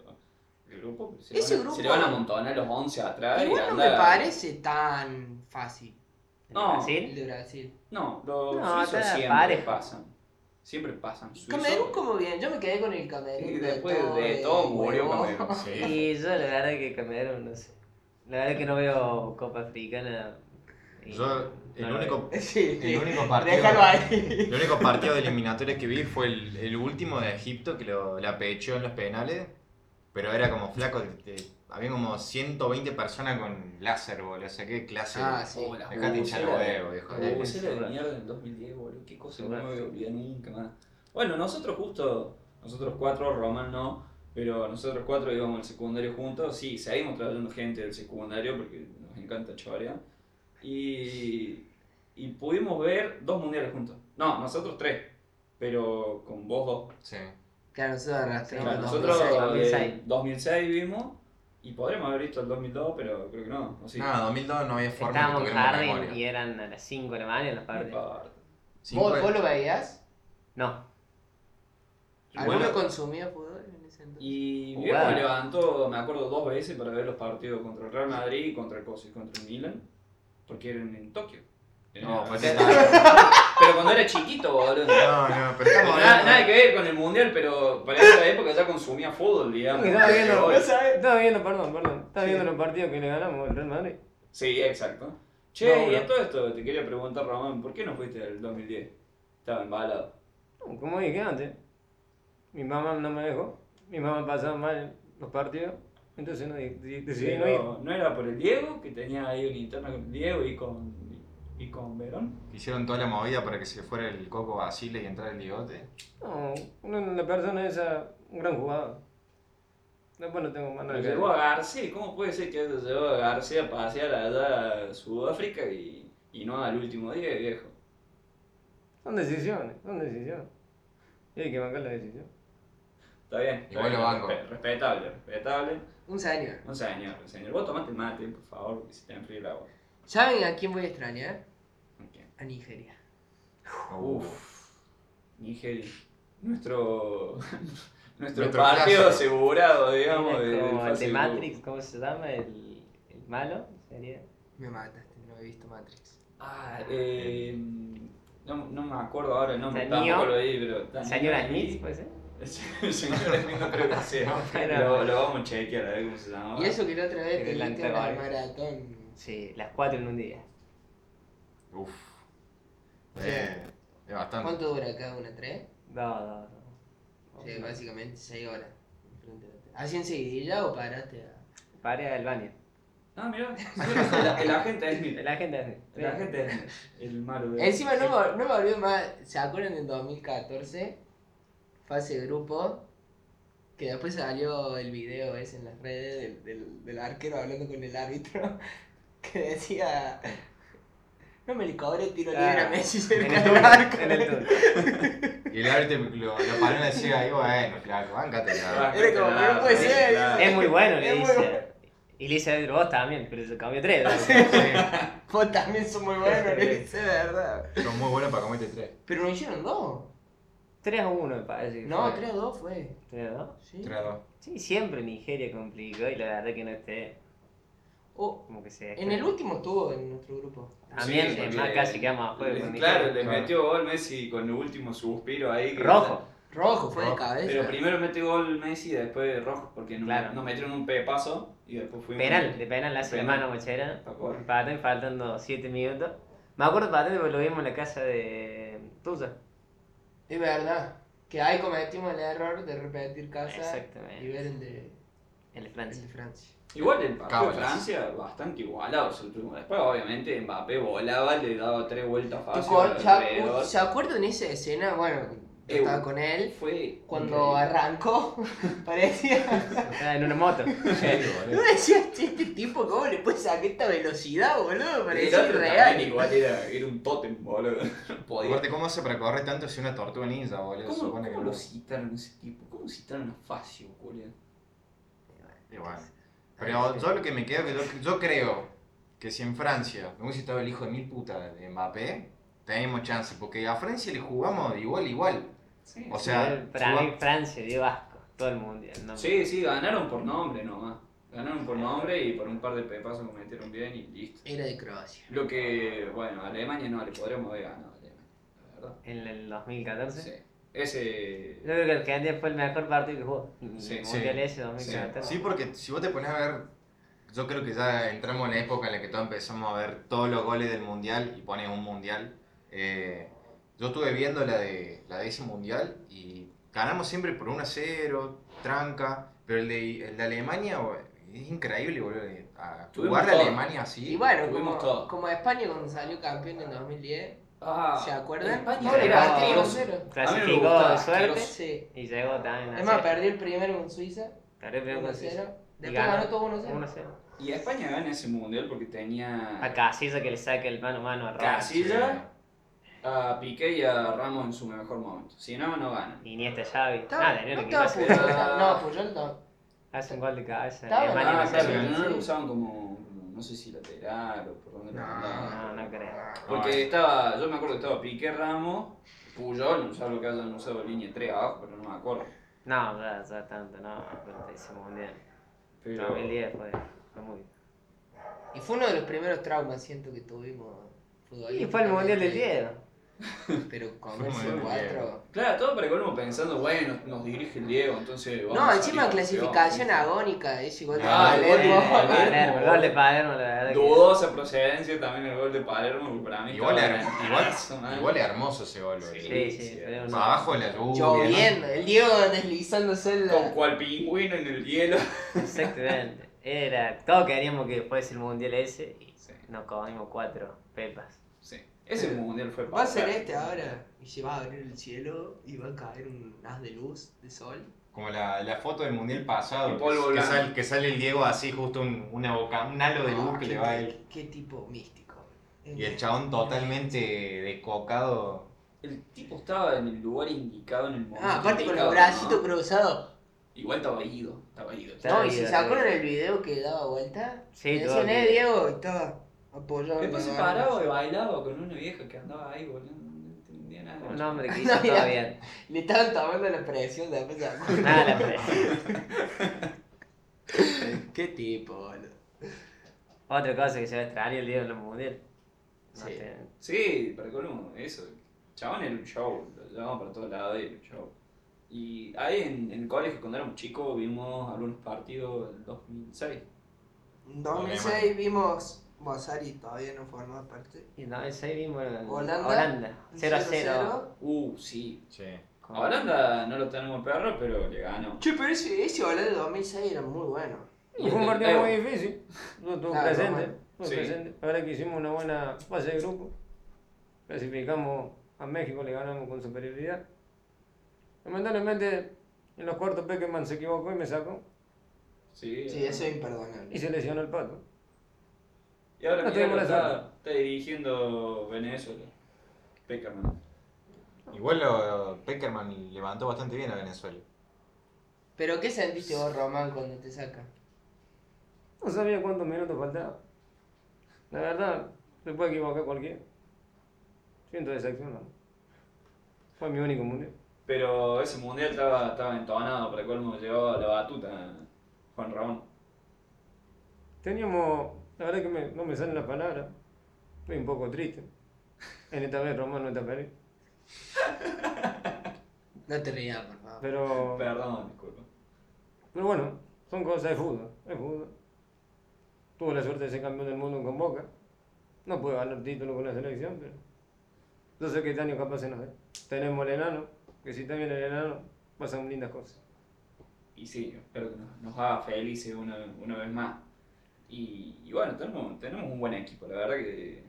[SPEAKER 4] el grupo se, le
[SPEAKER 3] Ese
[SPEAKER 4] van a-
[SPEAKER 3] grupo-
[SPEAKER 4] se le van a amontonar los 11 atrás. y
[SPEAKER 3] Igual no me
[SPEAKER 4] anda-
[SPEAKER 3] parece tan fácil
[SPEAKER 4] No.
[SPEAKER 3] el
[SPEAKER 5] Brasil.
[SPEAKER 3] de Brasil.
[SPEAKER 4] No, los
[SPEAKER 5] No,
[SPEAKER 4] suizos
[SPEAKER 5] está
[SPEAKER 4] siempre
[SPEAKER 5] parejo.
[SPEAKER 4] pasan. Siempre pasan. Suizos-
[SPEAKER 3] Camerún como bien, yo me quedé con el Camerún.
[SPEAKER 4] Y después de todo murió Camerún. [LAUGHS]
[SPEAKER 2] Sí.
[SPEAKER 5] Y yo la verdad que Camerún, no sé. La verdad que no veo Copa Africana. y
[SPEAKER 2] Yo,
[SPEAKER 5] no
[SPEAKER 2] el
[SPEAKER 5] lo
[SPEAKER 2] único,
[SPEAKER 3] [LAUGHS] Sí, sí.
[SPEAKER 2] el único partido.
[SPEAKER 3] Déjalo ahí.
[SPEAKER 4] [LAUGHS]
[SPEAKER 2] El único partido de eliminatorias que vi fue el, el último de Egipto, que lo, la pecheó en los penales, pero era como flaco, te- te- había como 120 personas con láser, boludo, o sea, qué clase.
[SPEAKER 3] Ah, sí.
[SPEAKER 4] Oh, la
[SPEAKER 2] Dejate hinchar los
[SPEAKER 4] bubucela.
[SPEAKER 2] huevos, viejo.
[SPEAKER 4] La bubucela Ah, de
[SPEAKER 5] Seguro.
[SPEAKER 4] mierda del 2010, boludo. Qué cosa que no
[SPEAKER 5] Seguro.
[SPEAKER 4] me voy a olvidar nunca más. Bueno, nosotros justo, nosotros cuatro, Román no, pero nosotros cuatro íbamos al secundario juntos. Sí, seguimos trayendo gente del secundario porque nos encanta chorea. Y, y pudimos ver dos mundiales juntos. No, nosotros tres, pero con vos dos.
[SPEAKER 2] Sí.
[SPEAKER 3] Claro, nosotros
[SPEAKER 5] Sí,
[SPEAKER 3] arrastramos.
[SPEAKER 4] Claro,
[SPEAKER 5] el
[SPEAKER 4] nosotros eh,
[SPEAKER 5] 2006,
[SPEAKER 4] 2006.
[SPEAKER 5] 2006.
[SPEAKER 4] 2006 vimos y podremos haber visto el 2002, pero creo que no. ¿o sí?
[SPEAKER 2] No, 2002 no había forma que
[SPEAKER 5] Estábamos en
[SPEAKER 2] tuviéramos
[SPEAKER 5] Jardín y
[SPEAKER 2] memoria.
[SPEAKER 5] eran a las 5 de la mañana en los
[SPEAKER 4] No
[SPEAKER 5] partidos.
[SPEAKER 4] importa.
[SPEAKER 2] Cinco-
[SPEAKER 3] ¿Vos, ¿Vos lo veías?
[SPEAKER 5] No,
[SPEAKER 3] ¿Alguno
[SPEAKER 2] Bueno.
[SPEAKER 3] consumía fútbol en ese entonces?
[SPEAKER 4] Y mi
[SPEAKER 5] Jugada.
[SPEAKER 4] viejo me levantó, me acuerdo, dos veces para ver los partidos contra el Real Madrid y contra el Cosi, contra el Milan, porque eran en Tokio. Era-
[SPEAKER 2] No, fue
[SPEAKER 4] o sea,
[SPEAKER 2] total.
[SPEAKER 4] [LAUGHS] pero cuando era chiquito, boludo.
[SPEAKER 2] No, no, pero estamos
[SPEAKER 4] Nada,
[SPEAKER 2] hablando-
[SPEAKER 4] nada que ver con el mundial, pero para esa época ya consumía fútbol, digamos.
[SPEAKER 6] Estaba viendo,
[SPEAKER 4] Pero-
[SPEAKER 6] estaba viendo, perdón, perdón. Estaba
[SPEAKER 4] Sí.
[SPEAKER 6] viendo los partidos que le ganamos al Real Madrid.
[SPEAKER 4] Sí, exacto. Che,
[SPEAKER 6] No,
[SPEAKER 4] y
[SPEAKER 6] no.
[SPEAKER 4] a todo esto te quería preguntar, Román, ¿por qué no fuiste al 2010? Estaba embalado.
[SPEAKER 6] No, Como dije antes, mi mamá no me dejó, mi mamá pasaba mal los partidos, entonces no, de- de- decidí no ir.
[SPEAKER 4] Pero, ¿No era por el Diego? Que tenía ahí un interno con el Diego y con, y con Verón.
[SPEAKER 2] Hicieron toda la movida para que se fuera el Coco Basile y entrara el Ligote.
[SPEAKER 6] No, una, una persona esa, un gran jugador. Después no tengo más nada
[SPEAKER 4] Pero
[SPEAKER 6] que
[SPEAKER 4] llevó a
[SPEAKER 6] decir.
[SPEAKER 4] García. ¿Cómo puede ser que haya llevado a García a pasear allá a Sudáfrica y, y no al último día, viejo?
[SPEAKER 6] Son decisiones, son decisiones. Y hay que bancar la decisión.
[SPEAKER 4] Está bien. está
[SPEAKER 2] Igual
[SPEAKER 4] bien,
[SPEAKER 2] lo banco.
[SPEAKER 4] respe- Respetable, respetable.
[SPEAKER 3] Un señor.
[SPEAKER 4] No, señor, señor. Vos tomate mate, por favor, porque se te enfría el agua.
[SPEAKER 3] ¿Saben a quién voy a extrañar?
[SPEAKER 4] Ok.
[SPEAKER 3] A Nigeria.
[SPEAKER 2] Uh.
[SPEAKER 4] Uf. Nigeria. Nuestro. [LAUGHS] Nuestro,
[SPEAKER 2] Nuestro
[SPEAKER 4] partido
[SPEAKER 2] clásico.
[SPEAKER 4] asegurado, digamos, de, del
[SPEAKER 5] Como el de
[SPEAKER 4] fácil
[SPEAKER 5] Matrix, ¿cómo se llama? El, el malo, sería.
[SPEAKER 3] Me mataste, no he visto Matrix.
[SPEAKER 4] grupo. Ah, eh. No, no me acuerdo ahora el nombre,
[SPEAKER 5] Danilo.
[SPEAKER 4] tampoco lo vi, pero. Danilo
[SPEAKER 5] Señora
[SPEAKER 4] Smith.
[SPEAKER 5] Smith, puede ser.
[SPEAKER 4] [LAUGHS] Señor Smith, no creo que
[SPEAKER 5] [LAUGHS]
[SPEAKER 4] sea.
[SPEAKER 5] Era-
[SPEAKER 4] Lo, lo vamos a chequear a ver cómo se llama.
[SPEAKER 3] Y eso que la otra vez
[SPEAKER 5] Ah, El
[SPEAKER 3] te diste una
[SPEAKER 5] anterior.
[SPEAKER 3] maratón.
[SPEAKER 5] Sí, las cuatro en un día.
[SPEAKER 2] Uf. Eh, es
[SPEAKER 5] Ah.
[SPEAKER 2] bastante.
[SPEAKER 3] ¿Cuánto dura cada una? ¿Tres?
[SPEAKER 5] No, no, no.
[SPEAKER 3] Sí, básicamente seis horas. enfrente de la tele. ¿Así enseguida o paraste a.?
[SPEAKER 5] Paré al baño.
[SPEAKER 4] Ah, mirá. El, el agente Smith.
[SPEAKER 5] La gente hace.
[SPEAKER 4] El agente Smith. El malo de.
[SPEAKER 3] Encima no me, no me olvido más, ¿se acuerdan del 2014? Fase de grupo, que después salió el video ese en las redes del, del, del arquero hablando con el árbitro, [LAUGHS] que decía, no me le cobré el tiro libre a Messi
[SPEAKER 5] Ah, en
[SPEAKER 3] cerca
[SPEAKER 5] el
[SPEAKER 3] del arco.
[SPEAKER 5] túnel. En el túnel.
[SPEAKER 2] Y el árbitro lo, lo paró y le decía, ahí, bueno, claro, bancate la.
[SPEAKER 3] Era como, pero no puede ser,
[SPEAKER 4] Claro.
[SPEAKER 5] Es muy bueno, le
[SPEAKER 3] Es muy bueno.
[SPEAKER 5] dice. Y le dice a Pedro, vos también, pero se
[SPEAKER 3] [LAUGHS]
[SPEAKER 5] cambió tres.
[SPEAKER 3] Vos también sos muy bueno, le dice de verdad.
[SPEAKER 2] Son muy buenos para comerte tres.
[SPEAKER 3] Pero no hicieron dos.
[SPEAKER 5] 3 a 1, me parece. que
[SPEAKER 3] No,
[SPEAKER 5] fue.
[SPEAKER 3] 3 2 fue.
[SPEAKER 5] ¿Tres a dos?
[SPEAKER 3] Sí.
[SPEAKER 2] Tres a dos.
[SPEAKER 5] Sí, siempre Nigeria complicó y la verdad que no esté
[SPEAKER 3] Oh,
[SPEAKER 5] como que se.
[SPEAKER 3] en el último estuvo en nuestro grupo.
[SPEAKER 5] También,
[SPEAKER 4] Sí,
[SPEAKER 5] es
[SPEAKER 4] porque-
[SPEAKER 5] más, casi quedamos afuera con Nigeria.
[SPEAKER 4] Claro, le
[SPEAKER 2] Claro.
[SPEAKER 4] metió gol Messi con el último suspiro ahí. que-
[SPEAKER 5] Rojo.
[SPEAKER 3] Rojo fue de
[SPEAKER 2] Rojo.
[SPEAKER 3] cabeza.
[SPEAKER 4] Pero primero mete gol Messi y después Rojo, porque no-
[SPEAKER 5] Claro.
[SPEAKER 4] nos metieron un pepazo y después fuimos.
[SPEAKER 5] Penal, de penal la hace la
[SPEAKER 4] Penal.
[SPEAKER 5] mano mochera.
[SPEAKER 4] Tal cual.
[SPEAKER 5] Empatan faltando 7 minutos. Me acuerdo patente porque lo vimos en la casa de Tuya.
[SPEAKER 3] Es verdad. Que ahí cometimos el error de repetir casa
[SPEAKER 5] Exactamente.
[SPEAKER 3] y ver el de,
[SPEAKER 5] El
[SPEAKER 3] [LAUGHS] el
[SPEAKER 5] de Francia.
[SPEAKER 3] de Francia.
[SPEAKER 4] Igual el partido de
[SPEAKER 2] Cábalas.
[SPEAKER 4] Francia bastante igualado. o sea, tuvo- Después, obviamente, Mbappé volaba, le daba tres vueltas
[SPEAKER 3] ¿Te
[SPEAKER 4] fácil.
[SPEAKER 3] acuer- ¿Se acu-
[SPEAKER 4] alrededor.
[SPEAKER 3] se acuerdan de esa escena? Bueno, yo
[SPEAKER 4] Eh,
[SPEAKER 3] estaba con él.
[SPEAKER 4] Fue.
[SPEAKER 3] Cuando
[SPEAKER 4] [LAUGHS]
[SPEAKER 3] arrancó, [LAUGHS] parecía.
[SPEAKER 5] Estaba en una moto.
[SPEAKER 3] [LAUGHS] Yo decía, "Che, este tipo, ¿cómo le puede sacar esta velocidad, boludo?
[SPEAKER 4] El
[SPEAKER 3] Parecía
[SPEAKER 4] otro también
[SPEAKER 3] irreal.
[SPEAKER 4] igual era, era un tótem,
[SPEAKER 2] [LAUGHS]
[SPEAKER 4] boludo. No podía.
[SPEAKER 2] Aparte, ¿cómo hace para correr tanto si una tortuga ninja, boludo?
[SPEAKER 4] ¿Cómo,
[SPEAKER 2] Supone que
[SPEAKER 4] cómo
[SPEAKER 2] no.
[SPEAKER 4] lo citaron ese tipo? ¿Cómo citaron a Facio, boludo?
[SPEAKER 2] Y bueno. Pero yo lo que me queda, que yo, yo creo que si en Francia me hubiese estado el hijo de mil putas de Mbappé, tenemos chance, porque a Francia le jugamos de igual a igual.
[SPEAKER 4] Sí.
[SPEAKER 2] O sea,
[SPEAKER 5] para mí,
[SPEAKER 2] jugamos-
[SPEAKER 5] Francia dio asco. Todo el mundial. ¿no?
[SPEAKER 4] Sí, sí, ganaron por nombre nomás. Ganaron por nombre y por un par de pepazos que metieron bien y listo.
[SPEAKER 3] Era de Croacia.
[SPEAKER 4] Lo que, bueno, a Alemania no le podríamos haber ganado a Alemania, la verdad.
[SPEAKER 5] En el
[SPEAKER 3] ¿Ah,
[SPEAKER 5] 2014.
[SPEAKER 4] Sí. Ese.
[SPEAKER 5] Yo creo que Argentina fue el mejor partido que jugó.
[SPEAKER 4] Sí,
[SPEAKER 5] el
[SPEAKER 2] sí.
[SPEAKER 5] mundial ese
[SPEAKER 2] Sí,
[SPEAKER 5] 2014.
[SPEAKER 2] sí, porque si vos te pones a ver, yo creo que ya entramos en la época en la que todos empezamos a ver todos los goles del mundial y pones un mundial. Eh, yo estuve viendo la de, la de ese mundial y ganamos siempre por 1 a 0, tranca, pero el de, el de Alemania bo- es increíble, boludo. eh, A
[SPEAKER 4] Tuvimos
[SPEAKER 2] jugar a
[SPEAKER 4] todo.
[SPEAKER 2] Alemania así.
[SPEAKER 3] Y bueno,
[SPEAKER 4] Tuvimos
[SPEAKER 3] como,
[SPEAKER 4] todo.
[SPEAKER 3] como España cuando salió campeón en 2010,
[SPEAKER 4] Ah,
[SPEAKER 3] ¿se acuerdan?
[SPEAKER 4] España
[SPEAKER 3] Pobre
[SPEAKER 4] era-
[SPEAKER 3] Brasil, 1-0.
[SPEAKER 5] Clasificó
[SPEAKER 4] gustaba,
[SPEAKER 5] de suerte
[SPEAKER 4] asqueroso.
[SPEAKER 3] Sí.
[SPEAKER 5] y llegó también a
[SPEAKER 3] Es más,
[SPEAKER 5] hacer-
[SPEAKER 3] perdió el primero con Suiza.
[SPEAKER 5] perdió primero con
[SPEAKER 3] 1-0.
[SPEAKER 5] Suiza.
[SPEAKER 3] Después
[SPEAKER 5] ganó.
[SPEAKER 3] ganó todo 1-0.
[SPEAKER 5] 1-0.
[SPEAKER 4] Y España gana ese mundial porque tenía.
[SPEAKER 5] A Casilla que le saca el mano a mano a Ramos.
[SPEAKER 4] Casi.
[SPEAKER 2] Sí.
[SPEAKER 4] A Piqué y a Ramos en su mejor momento. Si no, no ganan.
[SPEAKER 2] Ah,
[SPEAKER 5] Iniesta Xavi.
[SPEAKER 4] Ah,
[SPEAKER 3] Estaba-
[SPEAKER 5] Nada, no
[SPEAKER 3] no
[SPEAKER 5] lo
[SPEAKER 3] estaba
[SPEAKER 5] quiso
[SPEAKER 3] Puyol,
[SPEAKER 4] hacer.
[SPEAKER 3] estaba- no, Puyol no.
[SPEAKER 5] Hace un gol de cabeza.
[SPEAKER 3] Estaba-
[SPEAKER 5] Alemania
[SPEAKER 4] Ah,
[SPEAKER 5] no
[SPEAKER 4] claro,
[SPEAKER 5] sabe.
[SPEAKER 4] pero no lo
[SPEAKER 3] Sí.
[SPEAKER 4] usaban como, como, no sé si lateral o por dónde lo
[SPEAKER 2] No.
[SPEAKER 4] mandaban.
[SPEAKER 5] No, no creo.
[SPEAKER 4] Porque
[SPEAKER 2] Ay.
[SPEAKER 4] estaba, yo me acuerdo que estaba Piqué Ramos, Puyol, no sé lo que hayan usado línea 3 abajo, pero no me acuerdo.
[SPEAKER 5] No, ya, ya tanto, no. Pero ese mundial.
[SPEAKER 4] Pero
[SPEAKER 5] 2010 fue, fue muy.
[SPEAKER 3] Y fue uno de los primeros traumas, siento, que tuvimos
[SPEAKER 5] Y fue el mundial del Diego.
[SPEAKER 3] Pero
[SPEAKER 2] Muy
[SPEAKER 3] comerse
[SPEAKER 2] bien.
[SPEAKER 3] cuatro.
[SPEAKER 4] Claro, todo para que volvamos pensando, bueno, nos dirige el Diego, entonces vamos
[SPEAKER 3] No,
[SPEAKER 4] a
[SPEAKER 3] encima
[SPEAKER 4] salir
[SPEAKER 3] clasificación
[SPEAKER 4] campeón.
[SPEAKER 3] agónica, es igual que
[SPEAKER 4] Ah,
[SPEAKER 3] Palermo.
[SPEAKER 4] el gol de Palermo.
[SPEAKER 5] Palermo, el gol de Palermo, la verdad. que-
[SPEAKER 4] Dudosa procedencia también el gol de Palermo, porque para mí
[SPEAKER 2] Igual,
[SPEAKER 4] estaba
[SPEAKER 2] her-
[SPEAKER 4] buenazo,
[SPEAKER 2] igual,
[SPEAKER 4] man.
[SPEAKER 2] igual hermoso ese gol, boludo.
[SPEAKER 5] Sí, sí, fue
[SPEAKER 2] O
[SPEAKER 5] un-
[SPEAKER 2] sea, abajo de la lluvia.
[SPEAKER 3] Lloviendo, el Diego deslizándose en
[SPEAKER 4] Con
[SPEAKER 3] la.
[SPEAKER 4] cual pingüino en el hielo.
[SPEAKER 5] Exactamente. Era, todos queríamos que fuese el mundial ese y
[SPEAKER 4] Sí,
[SPEAKER 5] nos comimos cuatro pepas.
[SPEAKER 4] sí. Ese mundial fue
[SPEAKER 3] Eh, Va a
[SPEAKER 4] para
[SPEAKER 3] ser este ahora. Y se va a abrir el cielo y va a caer un haz de luz, de sol.
[SPEAKER 2] Como la, la foto del mundiel pasado.
[SPEAKER 4] Y polvo
[SPEAKER 2] que- que,
[SPEAKER 4] blanco.
[SPEAKER 2] sale, que sale el Diego así, justo un, una boca, un halo de luz
[SPEAKER 3] Ah,
[SPEAKER 2] que
[SPEAKER 3] qué
[SPEAKER 2] le va a
[SPEAKER 3] ti-
[SPEAKER 2] él.
[SPEAKER 3] Qué tipo místico. Este,
[SPEAKER 2] Y el chabón totalmente descocado.
[SPEAKER 4] El tipo estaba en el lugar indicado, en el momento.
[SPEAKER 3] Ah, aparte con los
[SPEAKER 4] indicado,
[SPEAKER 3] bracitos
[SPEAKER 4] ¿no?
[SPEAKER 3] cruzados.
[SPEAKER 4] Igual estaba ido, estaba ido.
[SPEAKER 5] Está
[SPEAKER 3] No, y
[SPEAKER 5] bien,
[SPEAKER 3] si se
[SPEAKER 5] está
[SPEAKER 3] acuerdan
[SPEAKER 5] bien.
[SPEAKER 3] el video que daba vuelta,
[SPEAKER 5] Sí,
[SPEAKER 3] le
[SPEAKER 5] todo
[SPEAKER 3] decían, eh,
[SPEAKER 5] que-
[SPEAKER 3] Diego, y estaba apoyado.
[SPEAKER 4] Después
[SPEAKER 3] en
[SPEAKER 4] se
[SPEAKER 3] la
[SPEAKER 4] paraba
[SPEAKER 3] barra.
[SPEAKER 4] y bailaba con una vieja que andaba ahí, boludo. No entendía nada.
[SPEAKER 5] Un hombre
[SPEAKER 3] [LAUGHS]
[SPEAKER 5] que hizo
[SPEAKER 3] No, mira.
[SPEAKER 5] todo bien.
[SPEAKER 3] Le estaban tomando la presión, después
[SPEAKER 2] [LAUGHS]
[SPEAKER 3] se acuerdan.
[SPEAKER 2] Ah.
[SPEAKER 5] Nada, la pre-
[SPEAKER 3] Qué tipo, boludo.
[SPEAKER 5] Otra cosa que se va a extrañar el día del mundial. No
[SPEAKER 3] Sí.
[SPEAKER 5] te-
[SPEAKER 4] Sí, para Colombo, eso. Chabón era un show, lo llevaban para todos lados y era un show. Y ahí en, en el colegio, cuando éramos chicos, vimos algunos partidos del 2006.
[SPEAKER 3] En 2006 vimos Mozart y todavía no formaba parte.
[SPEAKER 5] Y no, ese ahí mismo
[SPEAKER 2] Mm,
[SPEAKER 5] era en
[SPEAKER 3] Holanda.
[SPEAKER 5] Holanda. 0 a 0.
[SPEAKER 3] 0-0.
[SPEAKER 4] Uh, sí.
[SPEAKER 2] Che.
[SPEAKER 4] A Holanda no lo tenemos perro, pero le ganó.
[SPEAKER 3] Che, pero ese, ese Holanda de 2006 era muy bueno.
[SPEAKER 6] Y fue un partido muy difícil. No estuvo
[SPEAKER 3] Claro,
[SPEAKER 6] presente.
[SPEAKER 3] bueno.
[SPEAKER 6] no estuvo
[SPEAKER 4] Sí.
[SPEAKER 6] presente. Ahora que hicimos una buena fase de grupo, clasificamos a México, le ganamos con superioridad. Lamentablemente, en los cuartos Peckerman se equivocó y me sacó.
[SPEAKER 4] Sí,
[SPEAKER 3] Sí, eso es imperdonable.
[SPEAKER 6] Y se lesionó el pato.
[SPEAKER 4] Y ahora
[SPEAKER 6] No
[SPEAKER 4] mirá
[SPEAKER 6] tenemos
[SPEAKER 4] que
[SPEAKER 6] la
[SPEAKER 4] está,
[SPEAKER 6] suerte.
[SPEAKER 4] está dirigiendo Venezuela. Peckerman.
[SPEAKER 2] Igual lo, Peckerman levantó bastante bien a Venezuela.
[SPEAKER 3] Pero ¿qué sentiste vos, Román, cuando te saca?
[SPEAKER 6] No sabía cuántos minutos faltaban. La verdad, se puede equivocar cualquiera. Siento decepción. ¿no? Fue mi único mundial.
[SPEAKER 4] Pero ese mundial estaba, estaba entonado, para colmo llevaba la batuta Juan Ramón.
[SPEAKER 6] Teníamos, la verdad que me- no me salen las palabras, estoy un poco triste. En esta vez Román no está feliz,
[SPEAKER 3] No te rías, por favor.
[SPEAKER 6] pero,
[SPEAKER 4] Perdón, disculpa.
[SPEAKER 6] pero bueno, son cosas de fútbol, es fútbol. Tuve la suerte de ser campeón del mundo con Boca, no pude ganar título con la selección, pero yo sé que este año capaz se nos dé. Tenemos el enano, que si está bien el enano, pasan lindas cosas.
[SPEAKER 4] Y sí, espero que nos, nos haga felices una, una vez más. Y, y bueno, tenemos, tenemos un buen equipo, la verdad que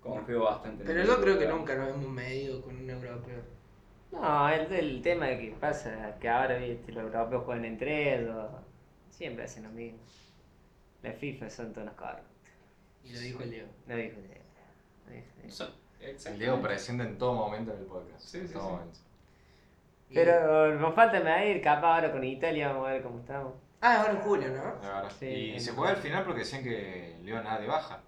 [SPEAKER 4] confío bastante. en
[SPEAKER 3] Pero
[SPEAKER 4] el
[SPEAKER 3] yo
[SPEAKER 4] equipo,
[SPEAKER 3] creo que
[SPEAKER 4] ¿verdad?
[SPEAKER 3] nunca nos hemos medido con un europeo.
[SPEAKER 5] No, el, el tema de que pasa que ahora viste, los europeos juegan entre ellos. Siempre hacen lo mismo. La FIFA son tonos cortos.
[SPEAKER 3] Y lo dijo el Diego.
[SPEAKER 5] No dijo de- no dijo de-
[SPEAKER 4] Sí,
[SPEAKER 2] El
[SPEAKER 4] exactamente.
[SPEAKER 2] Diego presente en todo momento en el podcast.
[SPEAKER 4] Sí,
[SPEAKER 2] en
[SPEAKER 4] sí,
[SPEAKER 2] todo
[SPEAKER 4] sí.
[SPEAKER 2] momento.
[SPEAKER 3] Y-
[SPEAKER 5] Pero nos falta medir, capaz ahora con Italia vamos a ver cómo estamos.
[SPEAKER 3] Ah, es ahora en julio, ¿no?
[SPEAKER 2] La verdad.
[SPEAKER 5] Sí,
[SPEAKER 2] y
[SPEAKER 5] en-
[SPEAKER 2] se juega al final porque decían que le iban a dar de baja.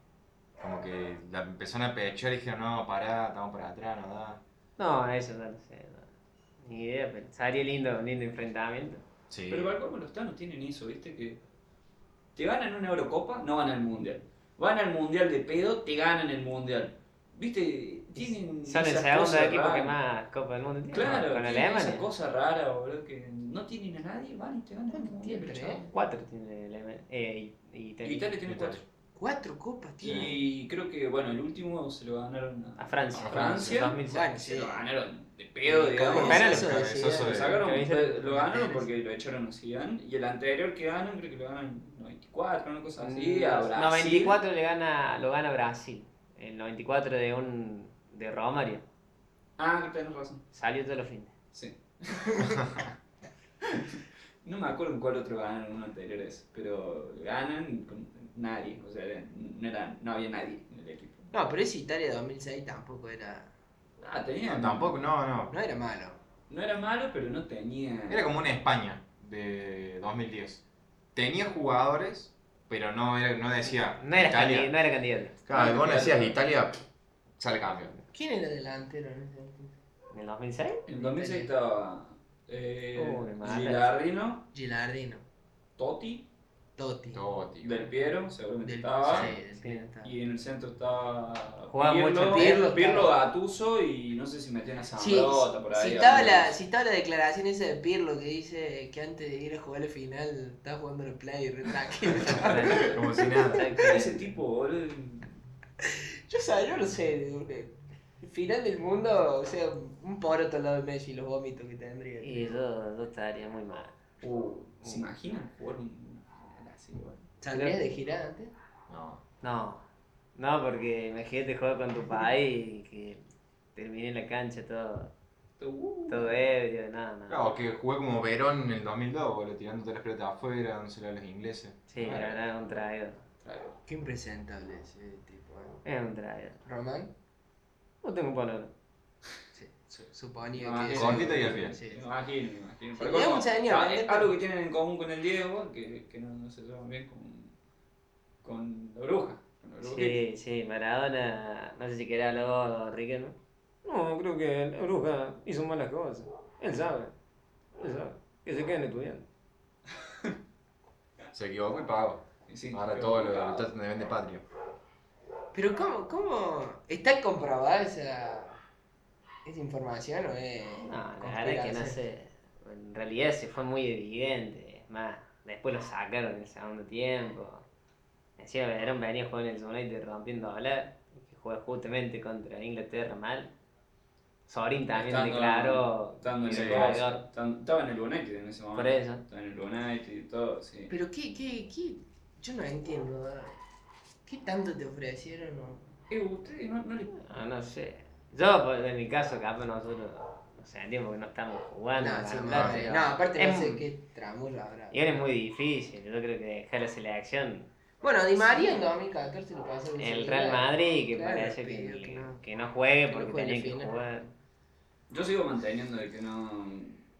[SPEAKER 2] Como que la empezaron a pechar y dijeron, no, pará, estamos para atrás, no da.
[SPEAKER 5] No, eso no lo sé. no. Ni idea, pero sería lindo, un lindo enfrentamiento.
[SPEAKER 2] Sí.
[SPEAKER 4] Pero para colmo los tanos tienen eso, ¿viste? Que te ganan una Eurocopa, no ganan el Mundial. Van al Mundial de pedo, te ganan el Mundial. ¿Viste? Tienen
[SPEAKER 5] Son el
[SPEAKER 4] esas
[SPEAKER 5] segundo
[SPEAKER 4] cosas
[SPEAKER 5] equipo que
[SPEAKER 4] raras.
[SPEAKER 5] más Copa del Mundo tiene.
[SPEAKER 4] Claro,
[SPEAKER 5] con
[SPEAKER 4] tienen esa
[SPEAKER 5] Alemania.
[SPEAKER 4] cosa rara, boludo, que no tienen a nadie, van y te ganan el Mundial,
[SPEAKER 3] tiene,
[SPEAKER 4] chabón.
[SPEAKER 5] Cuatro tiene Alemania. Eh, y, y Italia.
[SPEAKER 4] Italia tiene cuatro.
[SPEAKER 3] Cuatro copas, tío.
[SPEAKER 4] Y creo que, bueno, el último se lo ganaron a,
[SPEAKER 5] A Francia.
[SPEAKER 4] A Francia.
[SPEAKER 5] 2006.
[SPEAKER 3] Bueno,
[SPEAKER 4] Se
[SPEAKER 3] sí.
[SPEAKER 4] lo ganaron de pedo, digamos.
[SPEAKER 5] Con penales.
[SPEAKER 3] Eso
[SPEAKER 2] Cabezazo
[SPEAKER 3] decía.
[SPEAKER 4] Lo sacaron,
[SPEAKER 5] Que viste-
[SPEAKER 4] lo ganaron porque lo echaron a Zidane. Y el anterior que ganan, creo que lo ganan en 94, una cosa así.
[SPEAKER 2] Mm,
[SPEAKER 4] a Brasil.
[SPEAKER 5] 94 le gana, lo gana Brasil. El 94 de un de Romario.
[SPEAKER 4] Ah, que tenés razón.
[SPEAKER 5] Salió todos los fines.
[SPEAKER 2] [LAUGHS]
[SPEAKER 4] Sí. no me acuerdo en cuál otro ganaron uno anterior a ese, pero ganan con nadie. O sea, no, era, no había nadie en el equipo.
[SPEAKER 3] No, pero ese Italia 2006 tampoco era.
[SPEAKER 4] Ah, tenía.
[SPEAKER 2] No, tampoco, no, no.
[SPEAKER 3] No era malo.
[SPEAKER 4] No era malo, pero no tenía.
[SPEAKER 2] Era como una España de 2010. Tenía jugadores, pero no, era, no decía
[SPEAKER 5] No era,
[SPEAKER 2] Italia.
[SPEAKER 5] candi- no era candidato.
[SPEAKER 2] Claro, vos no decías Italia, sale campeón.
[SPEAKER 3] ¿Quién era delantero en ese entonces?
[SPEAKER 5] ¿En el 2006?
[SPEAKER 4] En 2006 estaba. Eh,
[SPEAKER 5] Oh, me mata.
[SPEAKER 4] Gilardino,
[SPEAKER 3] Gilardino.
[SPEAKER 4] Totti
[SPEAKER 3] Totti.
[SPEAKER 7] Totti.
[SPEAKER 4] Del Piero, seguramente
[SPEAKER 3] Del,
[SPEAKER 4] estaba.
[SPEAKER 3] sí, del Piero estaba.
[SPEAKER 4] Y en el centro estaba
[SPEAKER 5] Jugaba mucho
[SPEAKER 3] Pirlo,
[SPEAKER 4] Pirlo,
[SPEAKER 3] estaba.
[SPEAKER 4] Gattuso y no sé si metían a
[SPEAKER 3] Sí,
[SPEAKER 4] Zambrota por ahí.
[SPEAKER 3] si, estaba
[SPEAKER 4] algo.
[SPEAKER 3] la, si estaba la declaración esa de Pirlo que dice que antes de ir a jugar la final estaba jugando la play re tranquilo.
[SPEAKER 2] [LAUGHS]
[SPEAKER 4] Ah, [LAUGHS]
[SPEAKER 2] Como si nada.
[SPEAKER 4] Ese tipo, boludo.
[SPEAKER 3] yo sabía, yo no sé, de un- el final del mundo, o sea, un poroto al lado de Messi, los vómitos que tendría.
[SPEAKER 5] Y yo, yo estaría muy mal.
[SPEAKER 4] Uh, ¿Se imaginan jugar un una final así, boludo?
[SPEAKER 3] ¿Saldrías de girar antes?
[SPEAKER 2] No.
[SPEAKER 5] No, no, porque imagínate jugar con tu país y que terminé en la cancha todo,
[SPEAKER 4] Uh,
[SPEAKER 5] todo ebrio, nada, nada.
[SPEAKER 2] Claro, que jugué como Verón en el 2002, boludo, tirando todas las pelotas afuera, dándosela a los ingleses.
[SPEAKER 5] Sí, la verdad es un traidor.
[SPEAKER 4] claro.
[SPEAKER 3] Qué impresentable ese tipo. ¿eh?
[SPEAKER 5] Es un traidor.
[SPEAKER 3] Román
[SPEAKER 5] No tengo palabra.
[SPEAKER 3] su- suponía
[SPEAKER 4] Ah,
[SPEAKER 3] que.
[SPEAKER 2] cortito y al pie.
[SPEAKER 3] Sí.
[SPEAKER 4] Me imagino, me imagino.
[SPEAKER 3] Sí,
[SPEAKER 4] Pero
[SPEAKER 3] es
[SPEAKER 4] como-
[SPEAKER 3] un señor,
[SPEAKER 4] ah,
[SPEAKER 3] es
[SPEAKER 4] eh,
[SPEAKER 3] como-
[SPEAKER 4] algo que tienen en común con el Diego, que, que no, no se llevan bien con, con la bruja. Con la brujita.
[SPEAKER 5] Sí, sí, Maradona, no sé si querés hablar vos, Riquelme.
[SPEAKER 6] No, creo que la bruja hizo malas cosas. Él sabe. Él sabe. Que se queden estudiando.
[SPEAKER 2] Se equivocó y pagó.
[SPEAKER 4] Y sí,
[SPEAKER 2] Ahora
[SPEAKER 4] pero-
[SPEAKER 2] todo lo tratan de vender patria.
[SPEAKER 3] Pero ¿cómo, cómo está comprobada esa, esa información o es
[SPEAKER 5] No, la verdad es que no
[SPEAKER 3] conspiración?
[SPEAKER 5] sé. En realidad se fue muy evidente. Es más, después lo sacaron en el segundo tiempo. Encima Verón venía jugando en el United rompiendo hablar. Que juega justamente contra Inglaterra mal. Sorin también
[SPEAKER 4] Estando-
[SPEAKER 5] declaró
[SPEAKER 4] estando en
[SPEAKER 5] que
[SPEAKER 4] el
[SPEAKER 5] era traidor.
[SPEAKER 4] Barça, tan- Estaba en el United en ese momento.
[SPEAKER 5] Por eso.
[SPEAKER 4] Estaba en el United y todo, sí.
[SPEAKER 3] Pero qué, qué, qué, yo no entiendo. ¿eh? ¿Qué tanto te ofrecieron? o-
[SPEAKER 4] Eh, ustedes no, no le
[SPEAKER 5] Ah, no sé. Yo, por- en mi caso, capaz nosotros no sentimos que Ah, no estamos jugando.
[SPEAKER 3] No,
[SPEAKER 5] para
[SPEAKER 3] sí, no,
[SPEAKER 5] hablar,
[SPEAKER 3] no,
[SPEAKER 5] pero
[SPEAKER 3] aparte no
[SPEAKER 5] es-
[SPEAKER 3] sé qué tramula habrá.
[SPEAKER 5] Y ahora es muy difícil. Yo creo que dejar la selección
[SPEAKER 3] Bueno, Di María en 2014 lo pasó.
[SPEAKER 5] el Real Madrid, que
[SPEAKER 3] Claro,
[SPEAKER 5] parece que,
[SPEAKER 3] pidió que no.
[SPEAKER 5] que no juegue
[SPEAKER 3] Que no
[SPEAKER 5] porque
[SPEAKER 3] juegue
[SPEAKER 5] tenía
[SPEAKER 3] la
[SPEAKER 5] que
[SPEAKER 3] final.
[SPEAKER 5] jugar.
[SPEAKER 4] Yo sigo manteniendo de que no.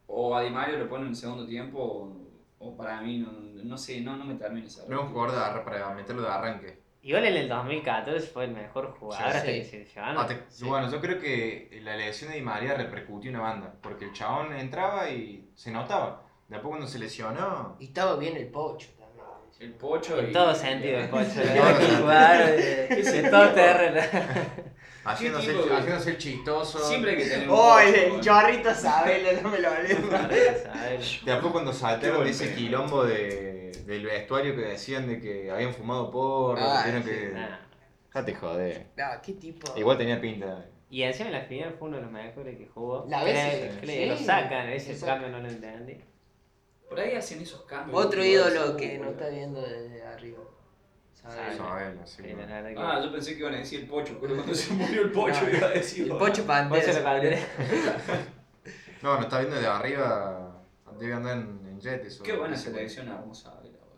[SPEAKER 4] O a Di Mario lo ponen en segundo tiempo, o, o para mí, no, no sé, no, no me termina esa.
[SPEAKER 2] No es un jugador de arra- para meterlo de arranque.
[SPEAKER 5] Igual en el 2014 fue el mejor jugador
[SPEAKER 3] Sí,
[SPEAKER 5] hasta
[SPEAKER 3] sí.
[SPEAKER 5] que se llevaron.
[SPEAKER 2] Ah, te- Bueno, yo creo que la lesión de Di María repercutió una banda, porque el chabón entraba y se notaba. Después cuando se lesionó,
[SPEAKER 3] Y estaba bien el pocho también.
[SPEAKER 4] El pocho.
[SPEAKER 5] En
[SPEAKER 4] y-
[SPEAKER 5] todo sentido,
[SPEAKER 3] [LAUGHS]
[SPEAKER 5] el pocho.
[SPEAKER 2] En
[SPEAKER 5] de
[SPEAKER 2] todo sentido.
[SPEAKER 5] jugar eh, de, de todo terreno. [LAUGHS]
[SPEAKER 2] haciéndose,
[SPEAKER 4] tipo
[SPEAKER 2] el,
[SPEAKER 4] de-
[SPEAKER 2] haciéndose el chistoso.
[SPEAKER 4] [LAUGHS] Siempre hay que tener un
[SPEAKER 3] Oh, el,
[SPEAKER 4] pocho,
[SPEAKER 3] el
[SPEAKER 4] ¿no?
[SPEAKER 3] chorrito Sabela, no me lo olvido.
[SPEAKER 5] [LAUGHS]
[SPEAKER 2] Después cuando
[SPEAKER 4] Qué
[SPEAKER 2] saltaron
[SPEAKER 4] buen
[SPEAKER 2] ese
[SPEAKER 4] pedo.
[SPEAKER 2] quilombo de, del vestuario que decían de que habían fumado porro,
[SPEAKER 3] Ah,
[SPEAKER 2] que
[SPEAKER 3] sí,
[SPEAKER 2] tuvieron que...
[SPEAKER 5] Nah.
[SPEAKER 2] Dejate joder.
[SPEAKER 3] No, qué tipo.
[SPEAKER 2] Igual tenía pinta.
[SPEAKER 5] Y encima en la final fue uno de los mejores que jugó.
[SPEAKER 3] La vez-
[SPEAKER 5] Creo-
[SPEAKER 2] sí.
[SPEAKER 5] creo- Lo
[SPEAKER 3] Sí,
[SPEAKER 5] sacan, ese
[SPEAKER 3] lo sacan.
[SPEAKER 5] cambio no lo entendí.
[SPEAKER 4] Por ahí hacen esos cambios.
[SPEAKER 3] Otro
[SPEAKER 4] ¿no?
[SPEAKER 3] ídolo
[SPEAKER 4] Sí,
[SPEAKER 3] que no
[SPEAKER 4] boludo.
[SPEAKER 3] está viendo desde arriba. Sabela.
[SPEAKER 2] Isabel, así
[SPEAKER 5] Sí, la
[SPEAKER 2] que-
[SPEAKER 5] verdad que-
[SPEAKER 4] Ah, yo pensé que iban a decir el pocho, pero
[SPEAKER 3] [LAUGHS]
[SPEAKER 4] cuando se murió el pocho iba a decir.
[SPEAKER 3] Ah, El
[SPEAKER 4] bueno.
[SPEAKER 3] Pocho
[SPEAKER 5] Pocho
[SPEAKER 3] Pantera.
[SPEAKER 5] lo cambié.
[SPEAKER 2] No, no está viendo de arriba. Debe andar en, en jet. eso.
[SPEAKER 4] Qué buena selección hermosa. era, boludo.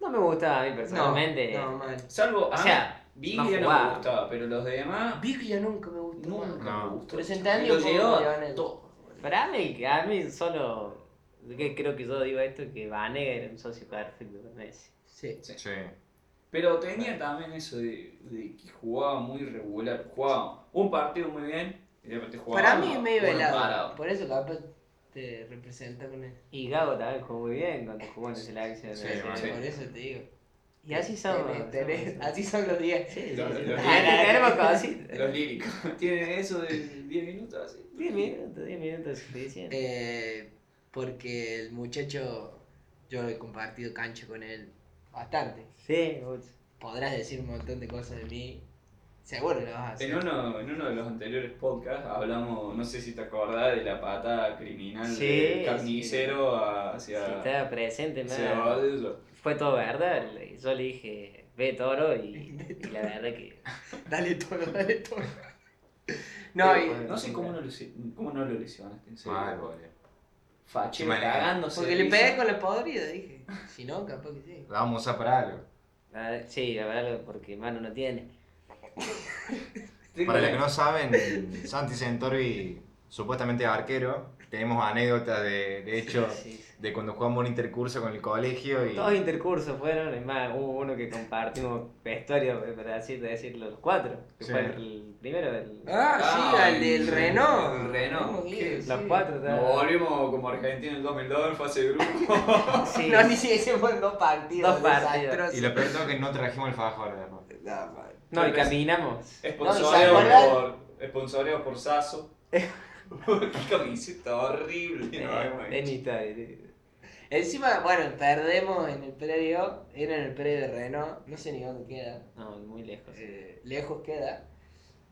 [SPEAKER 5] No me gustaba a mí personalmente.
[SPEAKER 3] No, no, mal.
[SPEAKER 4] Salvo.
[SPEAKER 5] O
[SPEAKER 4] a
[SPEAKER 5] sea,
[SPEAKER 4] Viglia no
[SPEAKER 5] no
[SPEAKER 4] me
[SPEAKER 5] jugaba.
[SPEAKER 4] gustaba, pero los demás.
[SPEAKER 3] Viglia nunca me gustó.
[SPEAKER 4] Nunca
[SPEAKER 3] man.
[SPEAKER 2] No.
[SPEAKER 4] me gustó.
[SPEAKER 3] Pero se entendió
[SPEAKER 4] Y lo
[SPEAKER 3] por
[SPEAKER 4] llevó a
[SPEAKER 3] Leonel.
[SPEAKER 4] todo, boludo.
[SPEAKER 5] Para mí, que a mí solo. que Creo que yo digo esto: que Vanega era un socio perfecto con Messi.
[SPEAKER 3] Sí.
[SPEAKER 2] Sí.
[SPEAKER 4] Pero tenía también eso de, de que jugaba muy regular. Jugaba un partido muy bien y de repente jugaba.
[SPEAKER 3] Para mí es medio
[SPEAKER 4] bueno,
[SPEAKER 3] velado.
[SPEAKER 4] parado.
[SPEAKER 3] Por eso capaz te representa con él.
[SPEAKER 5] Y Gago también jugó muy bien cuando jugó en la selección.
[SPEAKER 2] Sí,
[SPEAKER 5] ¿no?
[SPEAKER 2] sí.
[SPEAKER 3] Por eso te digo.
[SPEAKER 5] Y así son.
[SPEAKER 3] Tenés- tenés- así son los días.
[SPEAKER 5] Sí, sí,
[SPEAKER 4] Los-
[SPEAKER 5] sí.
[SPEAKER 4] los-
[SPEAKER 5] Ah, tenemos cositas.
[SPEAKER 4] Los líricos. [LAUGHS] Tienen eso de 10 minutos así.
[SPEAKER 5] 10 minutos, 10 minutos es suficiente.
[SPEAKER 3] Eh, porque el muchacho, yo he compartido cancha con él bastante.
[SPEAKER 5] Sí, mucho.
[SPEAKER 3] Podrás decir un montón de cosas de mí. Seguro lo vas a hacer.
[SPEAKER 4] En uno, en uno de los anteriores podcasts hablamos, no sé si te acordás, de la patada criminal del
[SPEAKER 5] Sí,
[SPEAKER 4] carnicero
[SPEAKER 5] Si
[SPEAKER 4] hacia.
[SPEAKER 5] estaba presente,
[SPEAKER 4] hacia
[SPEAKER 5] nada.
[SPEAKER 4] Badello.
[SPEAKER 5] Fue todo verdad. le- Yo le dije, ve toro y, y la verdad que.
[SPEAKER 3] Dale todo, dale todo. No, y-
[SPEAKER 4] No sé cómo no lo, lesi- cómo no lo lesionaste, en serio.
[SPEAKER 2] Mal, boludo.
[SPEAKER 4] Fachero
[SPEAKER 2] Manera.
[SPEAKER 4] cagándose.
[SPEAKER 3] porque
[SPEAKER 4] de
[SPEAKER 3] le
[SPEAKER 4] risa.
[SPEAKER 3] pegué con la podrida, dije. Si no, capaz que sí.
[SPEAKER 2] La vamos a usar para algo.
[SPEAKER 5] la verdad- Sí, la verdad, porque mano no tiene.
[SPEAKER 4] Tengo-
[SPEAKER 2] Para los que no saben, Santi Centorbi supuestamente arquero. Tenemos anécdotas de, de hecho
[SPEAKER 5] Sí, sí, sí.
[SPEAKER 2] de cuando jugamos un intercurso con el colegio y
[SPEAKER 5] Todos intercursos fueron, es más, hubo uno que compartimos vestuario, eh, para decir, decirlo, los cuatro, que
[SPEAKER 2] Sí.
[SPEAKER 5] fue el primero, el-
[SPEAKER 3] Ah, sí,
[SPEAKER 4] Ah,
[SPEAKER 3] al del
[SPEAKER 4] el-
[SPEAKER 3] Renault.
[SPEAKER 4] el Renault.
[SPEAKER 3] Sí,
[SPEAKER 5] los
[SPEAKER 3] sí.
[SPEAKER 5] cuatro. ¿sabes?
[SPEAKER 4] Nos volvimos como Argentina en el 2002 en fase de
[SPEAKER 2] [LAUGHS]
[SPEAKER 4] grupo.
[SPEAKER 5] Sí.
[SPEAKER 3] No, ni siquiera hicimos dos partidos.
[SPEAKER 5] Dos partidos.
[SPEAKER 3] desastrosos.
[SPEAKER 2] y lo peor de todo es que no trajimos el fajor después.
[SPEAKER 3] No, man.
[SPEAKER 5] No, y caminamos.
[SPEAKER 4] Esponsoreado
[SPEAKER 3] No, ¿y se
[SPEAKER 4] por, esponsoreado por Sasso. Qué camiseta horrible. No,
[SPEAKER 5] Eh,
[SPEAKER 4] bueno.
[SPEAKER 5] en historia, sí.
[SPEAKER 3] Encima, bueno, perdemos en el predio. Era en el predio de Renault. No sé ni dónde queda.
[SPEAKER 5] No, muy lejos.
[SPEAKER 3] eh, lejos queda.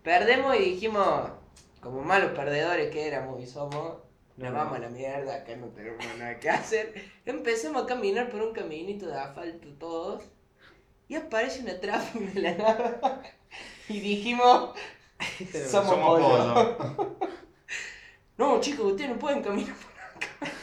[SPEAKER 3] Perdemos y dijimos, como malos perdedores que éramos y somos, nos
[SPEAKER 5] No.
[SPEAKER 3] vamos a la mierda, acá no tenemos nada que hacer. [LAUGHS] Empezamos a caminar por un caminito de asfalto todos y aparece una tráfico de la nada. [LAUGHS] Y dijimos, somos,
[SPEAKER 2] Somos
[SPEAKER 3] pollo.
[SPEAKER 2] [LAUGHS] pollo.
[SPEAKER 3] No, chicos, ustedes no pueden caminar por acá.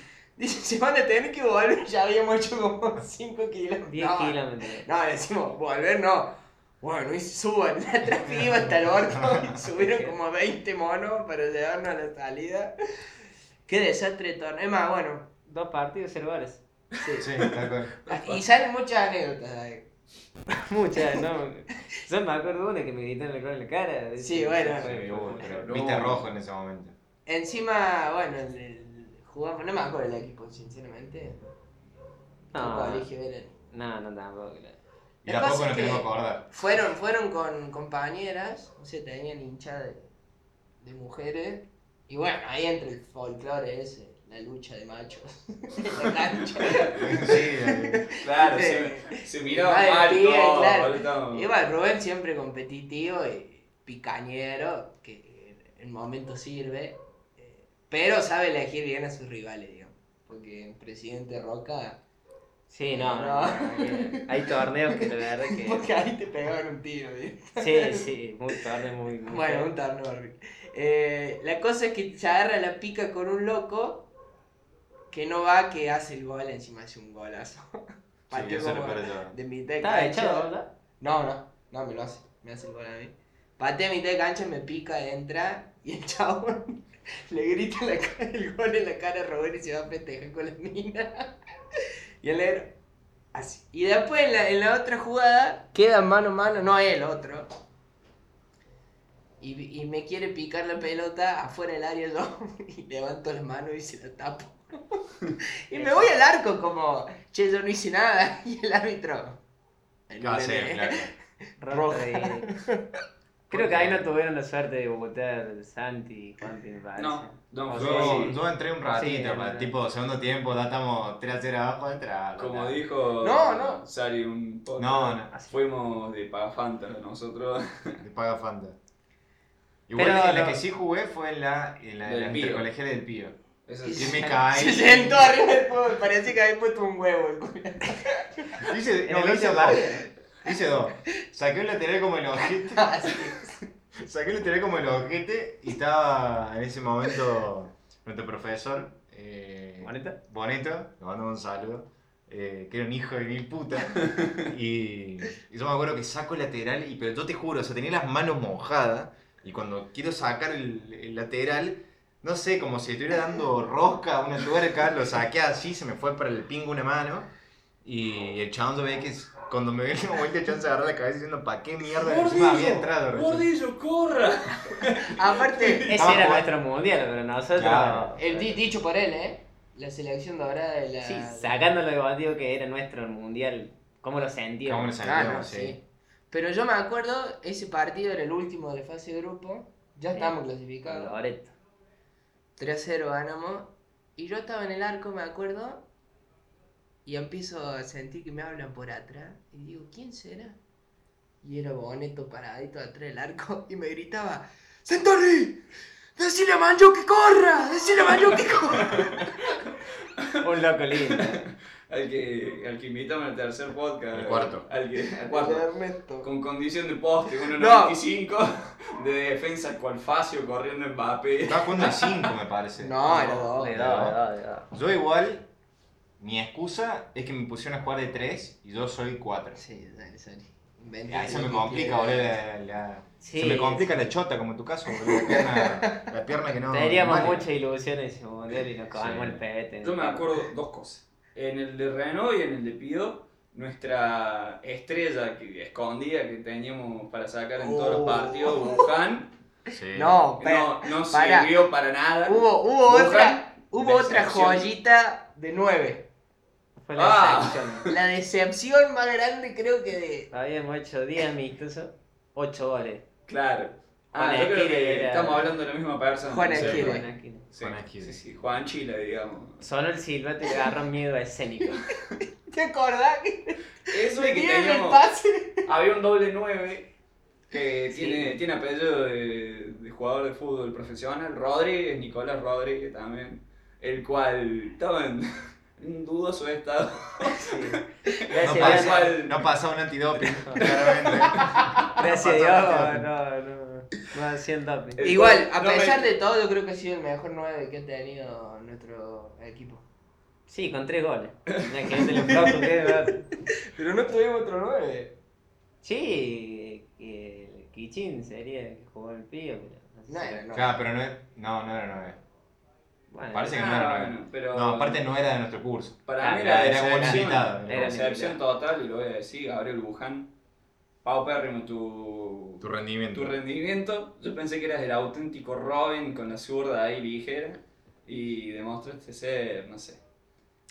[SPEAKER 3] [LAUGHS] Dicen, se van a tener que volver. Ya habíamos hecho como 5 kilos.
[SPEAKER 5] 10
[SPEAKER 3] No,
[SPEAKER 5] kilómetros.
[SPEAKER 3] no, le decimos, volver no. Bueno, y suban, [LAUGHS] la tráfico iba hasta el orto y subieron como 20 monos para llevarnos a la salida. Qué desastre de torneo. Es más, bueno,
[SPEAKER 5] Dos partidos, cero goles.
[SPEAKER 2] Sí, tal cual.
[SPEAKER 3] y salen muchas anécdotas de ahí.
[SPEAKER 5] Muchas, no. [LAUGHS] Yo me acuerdo una que me gritaron el gol en la cara.
[SPEAKER 3] Sí, bueno.
[SPEAKER 2] Sí, uh, pero
[SPEAKER 4] No.
[SPEAKER 2] Viste rojo en ese momento.
[SPEAKER 3] Encima, bueno, el- el- jugamos, no me acuerdo del equipo, sinceramente.
[SPEAKER 5] No.
[SPEAKER 3] ¿Qué colegio eran?
[SPEAKER 5] No, no tampoco. claro.
[SPEAKER 2] Y
[SPEAKER 3] Lo que
[SPEAKER 2] tampoco
[SPEAKER 3] pasa
[SPEAKER 2] nos tenemos
[SPEAKER 3] es que-
[SPEAKER 2] que acordar.
[SPEAKER 3] Fueron, fueron con compañeras, o sea, tenían hincha de, de mujeres. Y bueno, ahí entra el folclore ese, la lucha de machos. [LAUGHS] en la cancha.
[SPEAKER 2] [LAUGHS] Sí, eh,
[SPEAKER 4] Claro, se, se miraba
[SPEAKER 3] Iba de
[SPEAKER 4] mal
[SPEAKER 3] pie,
[SPEAKER 4] todo,
[SPEAKER 3] claro.
[SPEAKER 4] boludo.
[SPEAKER 3] Iba Rubén siempre competitivo y picañero, que en momentos sirve, eh, pero sabe elegir bien a sus rivales, digamos. Porque el presidente Roca,
[SPEAKER 5] Sí, no,
[SPEAKER 3] No.
[SPEAKER 5] no. no, Hay torneos que la verdad que.
[SPEAKER 3] [LAUGHS] porque ahí te pegaban un tiro, ¿viste?
[SPEAKER 5] Sí, sí, muy torneo muy. muy
[SPEAKER 3] Bueno, un turno horrible. Eh, la cosa es que se agarra la pica con un loco que no va, que hace el gol, encima hace un golazo.
[SPEAKER 2] sí,
[SPEAKER 3] [LAUGHS] Pateó
[SPEAKER 2] eso lo
[SPEAKER 3] como
[SPEAKER 2] peor de todo.
[SPEAKER 3] de mitad de
[SPEAKER 5] Estaba
[SPEAKER 3] cancha.
[SPEAKER 5] echado, ¿verdad?
[SPEAKER 3] No, no, no, me lo hace, me hace el gol a mí. Patea a mitad de cancha, me pica, entra y el [LAUGHS] chabón le grita en la cara- el gol en la cara a Robert y se va a festejar con la mina. Y el negro, así. Y después en la, en la otra jugada, queda mano a mano, no él, otro. Y, y me quiere picar la pelota afuera del área yo [LAUGHS] y levanto la mano y se la tapo. [LAUGHS] y me voy al arco como, che, yo no hice nada. [LAUGHS] Y el árbitro...
[SPEAKER 2] ¿Qué va a hacer?
[SPEAKER 3] "Nene".
[SPEAKER 2] Ah, Claro.
[SPEAKER 5] Roja
[SPEAKER 3] [LAUGHS]
[SPEAKER 5] directa. Creo que ahí no tuvieron la suerte de votar Santi y Juan me parece.
[SPEAKER 4] No, no,
[SPEAKER 5] O
[SPEAKER 2] Yo,
[SPEAKER 5] sí.
[SPEAKER 2] yo entré un ratito,
[SPEAKER 5] Sí,
[SPEAKER 2] pa-
[SPEAKER 5] no.
[SPEAKER 2] tipo segundo tiempo, ya estamos 3 a 0 abajo, entra.
[SPEAKER 4] Como dijo
[SPEAKER 3] No, no.
[SPEAKER 4] Sari un poco.
[SPEAKER 2] No, no.
[SPEAKER 4] Fuimos de Pagafanta nosotros.
[SPEAKER 2] de Paga Fanta. Igual
[SPEAKER 5] Pero
[SPEAKER 2] en la
[SPEAKER 5] no.
[SPEAKER 2] que sí jugué fue en la, en la,
[SPEAKER 4] Del
[SPEAKER 2] en la
[SPEAKER 4] Pío.
[SPEAKER 2] intercolegial del Pío.
[SPEAKER 4] Eso
[SPEAKER 2] Que
[SPEAKER 4] sí.
[SPEAKER 2] me caí.
[SPEAKER 3] Se sentó arriba del fútbol, parecía que había puesto un huevo el culo. [LAUGHS]
[SPEAKER 2] Hice,
[SPEAKER 5] En
[SPEAKER 2] no,
[SPEAKER 5] el
[SPEAKER 2] hice
[SPEAKER 5] último
[SPEAKER 2] dos. Hice dos. Saqué un lateral como el ojete.
[SPEAKER 3] [LAUGHS] Así.
[SPEAKER 2] [LAUGHS] Saqué un lateral como el ojete y estaba en ese momento nuestro profesor. Eh,
[SPEAKER 5] ¿Bonito?
[SPEAKER 2] Boneto, le mando un saludo, eh, que era un hijo de mil putas. Y, y yo me acuerdo que saco el lateral, y, pero yo te juro, o sea, tenía las manos mojadas, y cuando quiero sacar el, el lateral, no sé, como si estuviera dando rosca a una tuerca, lo saqué así, se me fue para el pingo una mano, y el chabón yo veía que es- cuando me ve en el momento, el chabón se agarra la cabeza diciendo, ¿para qué mierda? Encima había entrado. recién".
[SPEAKER 4] ¡Gordillo, corra!
[SPEAKER 3] Aparte,
[SPEAKER 5] Ese era
[SPEAKER 2] jugando.
[SPEAKER 5] nuestro mundial, pero nosotros.
[SPEAKER 2] Claro.
[SPEAKER 3] el di- dicho por él, ¿eh? La selección dorada de la.
[SPEAKER 5] Sí, sacando lo evadido que era nuestro mundial, ¿cómo lo sentíamos?
[SPEAKER 2] ¿Cómo lo
[SPEAKER 3] Ah, no,
[SPEAKER 2] sentíamos?
[SPEAKER 3] sí.
[SPEAKER 2] sí.
[SPEAKER 3] Pero yo me acuerdo, ese partido era el último de fase de grupo. Ya
[SPEAKER 5] Sí.
[SPEAKER 3] estábamos
[SPEAKER 5] Con
[SPEAKER 3] clasificados.
[SPEAKER 5] Loreto. [LAUGHS]
[SPEAKER 3] 3-0 ganamos. Y yo estaba en el arco, me acuerdo. Y empiezo a sentir que me hablan por atrás. Y digo, ¿quién será? Y era Boneto paradito atrás del arco. [LAUGHS] Y me gritaba, ¡Santorri! ¡Decile a Manjo que corra! ¡Decile a Manjo que corra!
[SPEAKER 5] Un loco lindo.
[SPEAKER 4] Al que, al que invitamos al tercer podcast.
[SPEAKER 2] Al cuarto.
[SPEAKER 4] Al, que, al cuarto. Con condición de poste,
[SPEAKER 3] No.
[SPEAKER 4] 1.95 de defensa cual facio corriendo en Mbappé.
[SPEAKER 2] Estaba jugando de 5, me parece.
[SPEAKER 3] No, era
[SPEAKER 4] Oh.
[SPEAKER 3] dos.
[SPEAKER 5] Le daba, le daba, le daba.
[SPEAKER 2] Yo igual, mi excusa es que me pusieron a jugar de 3 y yo soy 4.
[SPEAKER 3] Sí, dale, sorry.
[SPEAKER 2] Ah,
[SPEAKER 3] Ventrículo
[SPEAKER 2] eso me complica, boludo. la- la-
[SPEAKER 5] Sí.
[SPEAKER 2] Se me complica la chota, como en tu caso, boludo. La pierna, la pierna que no.
[SPEAKER 5] Teníamos
[SPEAKER 2] vale.
[SPEAKER 5] mucha ilusión en ese mundial y nos cagamos el pebete.
[SPEAKER 4] Yo me acuerdo dos cosas. En el de Renault y en el de Pido, nuestra estrella que escondida que teníamos para sacar en todos
[SPEAKER 3] Oh.
[SPEAKER 4] los partidos, Wuhan,
[SPEAKER 2] Sí.
[SPEAKER 3] No, pero-
[SPEAKER 4] no, no
[SPEAKER 3] pará.
[SPEAKER 4] sirvió para nada.
[SPEAKER 3] Hubo, hubo
[SPEAKER 4] Wuhan,
[SPEAKER 3] otra, hubo otra
[SPEAKER 4] decepción.
[SPEAKER 3] joyita de 9.
[SPEAKER 5] Fue la
[SPEAKER 4] Ah.
[SPEAKER 5] decepción.
[SPEAKER 3] La decepción más grande creo que de...
[SPEAKER 5] Habíamos hecho 10 amistosos, 8 goles.
[SPEAKER 4] Claro. Ah,
[SPEAKER 5] Juan
[SPEAKER 4] yo creo
[SPEAKER 5] Esquire
[SPEAKER 4] que
[SPEAKER 5] era-
[SPEAKER 4] estamos hablando de la misma persona.
[SPEAKER 3] Juan
[SPEAKER 4] no sé.
[SPEAKER 3] Esquire.
[SPEAKER 5] Bueno, aquí no.
[SPEAKER 4] Sí,
[SPEAKER 2] Juan Esquire.
[SPEAKER 4] sí, sí, Juan Chile,
[SPEAKER 3] [LAUGHS]
[SPEAKER 4] digamos.
[SPEAKER 5] Solo el silbato le agarró
[SPEAKER 4] [LAUGHS]
[SPEAKER 5] miedo escénico.
[SPEAKER 3] ¿Te acordás? que
[SPEAKER 4] Eso
[SPEAKER 3] le
[SPEAKER 4] es que
[SPEAKER 3] dieron el
[SPEAKER 4] teníamos-
[SPEAKER 3] pase?
[SPEAKER 4] Había un doble 9 que
[SPEAKER 5] Sí.
[SPEAKER 4] tiene, tiene apellido de, de jugador de fútbol profesional, Rodríguez, Nicolás Rodríguez también, el cual estaba en [LAUGHS] un dudoso estado.
[SPEAKER 2] No
[SPEAKER 5] Gracias, a Dios,
[SPEAKER 4] pasa.
[SPEAKER 2] pasaba
[SPEAKER 4] igual.
[SPEAKER 2] no pasa un
[SPEAKER 3] [LAUGHS]
[SPEAKER 2] antidoping, claramente.
[SPEAKER 5] gracias a
[SPEAKER 2] No
[SPEAKER 5] Dios,
[SPEAKER 2] pasó.
[SPEAKER 5] no, no, no hacían doping.
[SPEAKER 4] El
[SPEAKER 3] Igual, a
[SPEAKER 4] no me-
[SPEAKER 3] pesar de todo, yo creo que ha sido el mejor 9 que ha tenido nuestro equipo.
[SPEAKER 5] Sí, con 3 goles. Una que entre los flojos, que es verdad.
[SPEAKER 3] Pero no tuvimos otro 9.
[SPEAKER 5] Sí, que el Kichin sería el que jugó en el pío, pero no sé
[SPEAKER 3] No
[SPEAKER 5] si-
[SPEAKER 3] era, no.
[SPEAKER 2] Claro, pero no es. No, no era nueve.
[SPEAKER 5] Bueno,
[SPEAKER 2] Parece que no
[SPEAKER 4] Ah,
[SPEAKER 2] era
[SPEAKER 4] bueno,
[SPEAKER 2] nueve.
[SPEAKER 4] pero
[SPEAKER 2] No, aparte no era de nuestro curso.
[SPEAKER 4] para mí
[SPEAKER 2] Era,
[SPEAKER 4] la
[SPEAKER 2] era como un
[SPEAKER 4] decepción,
[SPEAKER 2] invitado.
[SPEAKER 5] Era-
[SPEAKER 4] decepción total, y lo voy a decir, Gabriel Buján, Pau Pérrimo, tu,
[SPEAKER 2] Tu rendimiento.
[SPEAKER 4] tu rendimiento, yo pensé que eras el auténtico Robin con la zurda ahí ligera y demostraste ser, no sé.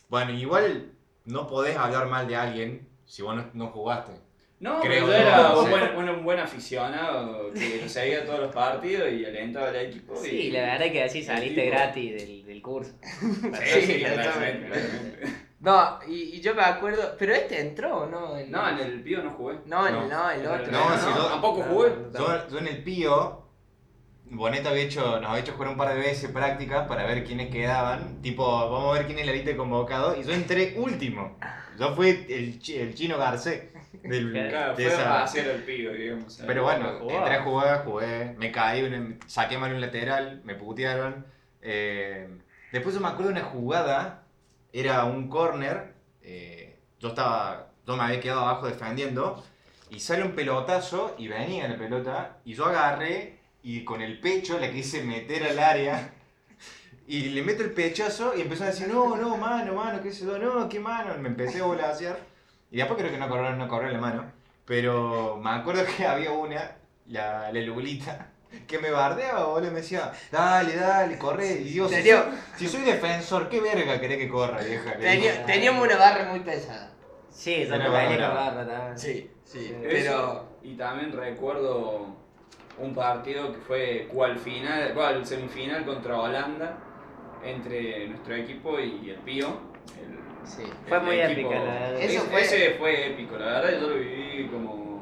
[SPEAKER 2] Bueno, igual no podés hablar mal de alguien si vos no, no jugaste.
[SPEAKER 4] No,
[SPEAKER 2] Creo
[SPEAKER 4] pero yo era
[SPEAKER 2] yo,
[SPEAKER 4] un,
[SPEAKER 2] sí.
[SPEAKER 4] buen, un- un buen aficionado que lo seguía todos los partidos y alentaba al equipo. y-
[SPEAKER 5] Sí, la verdad que así
[SPEAKER 4] el
[SPEAKER 5] saliste
[SPEAKER 4] tipo-
[SPEAKER 5] gratis del,
[SPEAKER 3] [LAUGHS]
[SPEAKER 5] del curso.
[SPEAKER 4] Sí,
[SPEAKER 3] Sí,
[SPEAKER 4] claramente,
[SPEAKER 3] claramente.
[SPEAKER 4] claramente.
[SPEAKER 3] No, y, y yo me acuerdo... ¿Pero este entró o no? El-
[SPEAKER 4] No, en el Pío no jugué.
[SPEAKER 3] No, el,
[SPEAKER 2] No.
[SPEAKER 3] no, el otro.
[SPEAKER 2] No,
[SPEAKER 3] No,
[SPEAKER 2] sí, no.
[SPEAKER 4] tampoco jugué.
[SPEAKER 2] Yo, yo en el pío, Boneta había hecho, nos había hecho jugar un par de veces prácticas para ver quiénes quedaban. Tipo, vamos a ver quién es la lista de convocado. Y yo entré último. Yo fui el, chi- el chino Garcés. del-
[SPEAKER 4] Claro,
[SPEAKER 2] de
[SPEAKER 4] fue
[SPEAKER 2] esa-
[SPEAKER 4] a hacer el Pío, digamos. o sea,
[SPEAKER 2] Pero bueno,
[SPEAKER 5] Jugaba.
[SPEAKER 2] entré a jugar, jugué, me caí, un- saqué mal un lateral, me putearon. eh, después yo me acuerdo de una jugada, era un corner, eh, yo estaba, yo me había quedado abajo defendiendo, y sale un pelotazo y venía la pelota, y yo agarré y con el pecho la quise meter al área. Y le meto el pechazo y empezó a decir, no, no, mano, mano, qué sé yo, no, qué mano. Me empecé a volasear. Y después creo que no cobraron, no cobraron la mano. Pero me acuerdo que había una, la, la Lulita, que me bardeaba, boludo, y me decía, dale, dale, corre. Y yo,
[SPEAKER 3] ¿En
[SPEAKER 2] si,
[SPEAKER 3] serio?
[SPEAKER 2] soy- si soy defensor, ¿qué verga querés que corra, vieja? Le dije.
[SPEAKER 3] Tenía- teníamos una barra muy pesada.
[SPEAKER 5] Sí, yo
[SPEAKER 2] Una
[SPEAKER 5] no venía
[SPEAKER 2] barra.
[SPEAKER 5] con barra también.
[SPEAKER 3] Sí, sí.
[SPEAKER 4] eso,
[SPEAKER 3] Pero...
[SPEAKER 4] Y también recuerdo un partido que fue cual final, cual semifinal contra Holanda entre nuestro equipo y el Pío. el-
[SPEAKER 3] Sí.
[SPEAKER 5] Fue
[SPEAKER 4] el
[SPEAKER 5] muy
[SPEAKER 4] equipo-
[SPEAKER 5] épica la verdad.
[SPEAKER 3] Eso
[SPEAKER 4] Ese
[SPEAKER 3] fue-
[SPEAKER 4] fue... ese fue épico, la verdad yo lo viví como,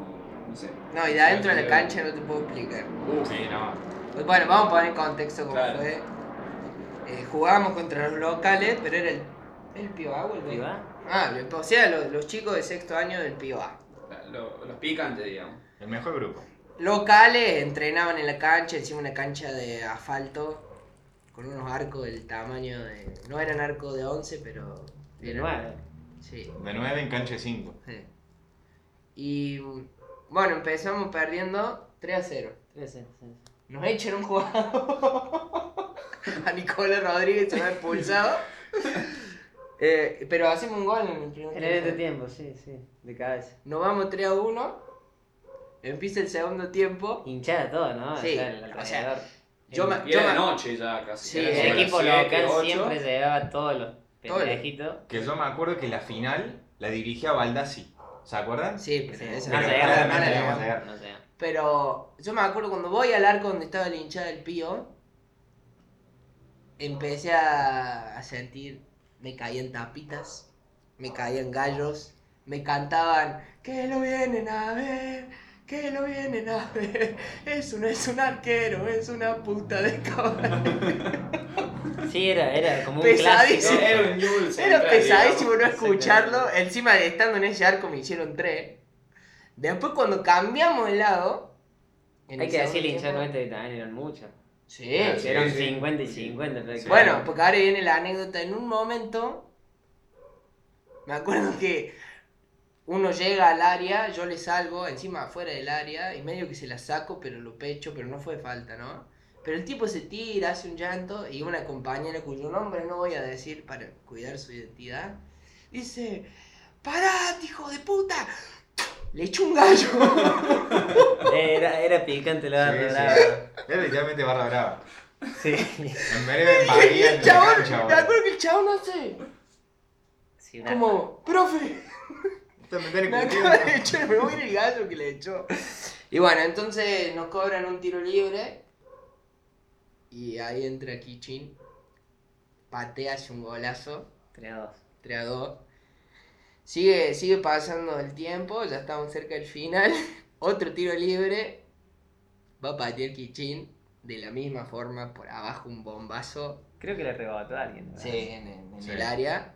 [SPEAKER 4] no sé.
[SPEAKER 3] No, y de adentro de la
[SPEAKER 4] Pero-
[SPEAKER 3] cancha no te puedo explicar.
[SPEAKER 4] Uf,
[SPEAKER 2] "Uh, Sí, no.
[SPEAKER 3] Pues bueno, vamos a poner en contexto cómo
[SPEAKER 4] Claro.
[SPEAKER 3] fue. Eh, jugábamos contra los locales, pero era el, el Pío A o el Pío
[SPEAKER 5] ¿Iba?
[SPEAKER 3] Ah, lo- o sea, los, los chicos de sexto año del Pío A.
[SPEAKER 4] la- lo- los picantes, digamos.
[SPEAKER 2] El mejor grupo.
[SPEAKER 3] Locales entrenaban en la cancha, encima una cancha de asfalto, con unos arcos del tamaño de... No eran arcos de 11, pero...
[SPEAKER 5] De
[SPEAKER 3] eran-
[SPEAKER 5] nueve.
[SPEAKER 3] Sí.
[SPEAKER 2] De 9 en cancha de 5.
[SPEAKER 3] Sí. Y bueno, empezamos perdiendo 3 a 0.
[SPEAKER 5] Tres, sí, sí.
[SPEAKER 3] Nos echan un jugador. [LAUGHS] a Nicolás Rodríguez se me ha
[SPEAKER 5] [LAUGHS]
[SPEAKER 3] expulsado. Eh, pero hacemos un gol en el primer
[SPEAKER 5] En este
[SPEAKER 3] tiempo.
[SPEAKER 5] tiempo, sí, sí, de cabeza.
[SPEAKER 3] Nos vamos 3 a 1. Empieza el segundo tiempo.
[SPEAKER 5] Hinchada todo, ¿no?
[SPEAKER 3] Sí,
[SPEAKER 5] el
[SPEAKER 3] o sea,
[SPEAKER 5] alrededor.
[SPEAKER 3] Yo me,
[SPEAKER 4] Y
[SPEAKER 3] yo
[SPEAKER 4] era de
[SPEAKER 3] me-
[SPEAKER 4] noche ya casi.
[SPEAKER 3] Sí,
[SPEAKER 4] era
[SPEAKER 3] el
[SPEAKER 5] el
[SPEAKER 4] sobre
[SPEAKER 5] equipo
[SPEAKER 4] las siete,
[SPEAKER 5] local
[SPEAKER 4] ocho.
[SPEAKER 5] siempre se llevaba todos los
[SPEAKER 3] Todos los-
[SPEAKER 5] pendejitos.
[SPEAKER 2] Que yo me acuerdo que la final la dirigía Baldassi. ¿Se acuerdan?
[SPEAKER 3] Sí, pero esa
[SPEAKER 5] no
[SPEAKER 2] pero
[SPEAKER 3] esa-
[SPEAKER 5] llegaba,
[SPEAKER 2] claramente
[SPEAKER 3] no la
[SPEAKER 2] no
[SPEAKER 3] llegamos.
[SPEAKER 2] íbamos a llegar.
[SPEAKER 5] No llegaba.
[SPEAKER 3] Pero yo me acuerdo cuando voy al arco donde estaba el hinchada del pío, empecé a, a sentir, me caían tapitas, me caían gallos, me cantaban, que lo vienen a ver, que lo vienen a ver, [LAUGHS] eso no es un arquero, es una puta de caballo.
[SPEAKER 5] Sí, era, era como un
[SPEAKER 3] Pesadísimo.
[SPEAKER 5] clásico.
[SPEAKER 4] No, Era un Newell's
[SPEAKER 3] Era
[SPEAKER 4] central,
[SPEAKER 3] pesadísimo no
[SPEAKER 4] digamos.
[SPEAKER 3] escucharlo, encima de estando en ese arco me hicieron tres. Después cuando cambiamos de lado... en
[SPEAKER 5] Hay
[SPEAKER 3] el
[SPEAKER 5] que decir,
[SPEAKER 3] segundo
[SPEAKER 5] hinchada
[SPEAKER 3] tiempo-
[SPEAKER 5] nuestra que también eran muchos.
[SPEAKER 3] Sí,
[SPEAKER 4] Sí,
[SPEAKER 5] Eran
[SPEAKER 4] sí.
[SPEAKER 5] 50 y 50 prácticamente.
[SPEAKER 3] Bueno, porque ahora viene la anécdota. En un momento, me acuerdo que uno llega al área, yo le salgo encima afuera del área y medio que se la saco, pero lo pecho, pero no fue falta, ¿no? Pero el tipo se tira, hace un llanto y una compañera cuyo nombre no voy a decir para cuidar su identidad, dice, ¡Pará, hijo de puta! Le echó un gallo.
[SPEAKER 5] Era, era picante la
[SPEAKER 2] Sí,
[SPEAKER 5] barra
[SPEAKER 2] sí.
[SPEAKER 5] brava.
[SPEAKER 2] Era literalmente barra brava.
[SPEAKER 5] Sí.
[SPEAKER 2] En vez de
[SPEAKER 3] [LAUGHS] y
[SPEAKER 2] María
[SPEAKER 3] el
[SPEAKER 2] en la
[SPEAKER 3] chabón,
[SPEAKER 2] cancha,
[SPEAKER 3] me
[SPEAKER 2] boludo.
[SPEAKER 3] acuerdo que el chabón hace
[SPEAKER 5] Sí, una-
[SPEAKER 3] como, profe.
[SPEAKER 2] Esto me
[SPEAKER 3] [LAUGHS]
[SPEAKER 2] tiene
[SPEAKER 3] Me
[SPEAKER 2] curtido.
[SPEAKER 3] acaba de echar, me voy a ir el gallo que le echó. Y bueno, entonces nos cobran un tiro libre. Y ahí entra Kichin. Patea hace un golazo.
[SPEAKER 5] 3 a 2.
[SPEAKER 3] 3 a 2. Sigue, sigue pasando el tiempo. Ya estamos cerca del final. [LAUGHS] Otro tiro libre. Va a patear Kichin. De la misma forma, por abajo un bombazo.
[SPEAKER 5] Creo que le rebotó a alguien. ¿verdad?
[SPEAKER 3] Sí, en, en- en
[SPEAKER 2] Sí.
[SPEAKER 3] el área.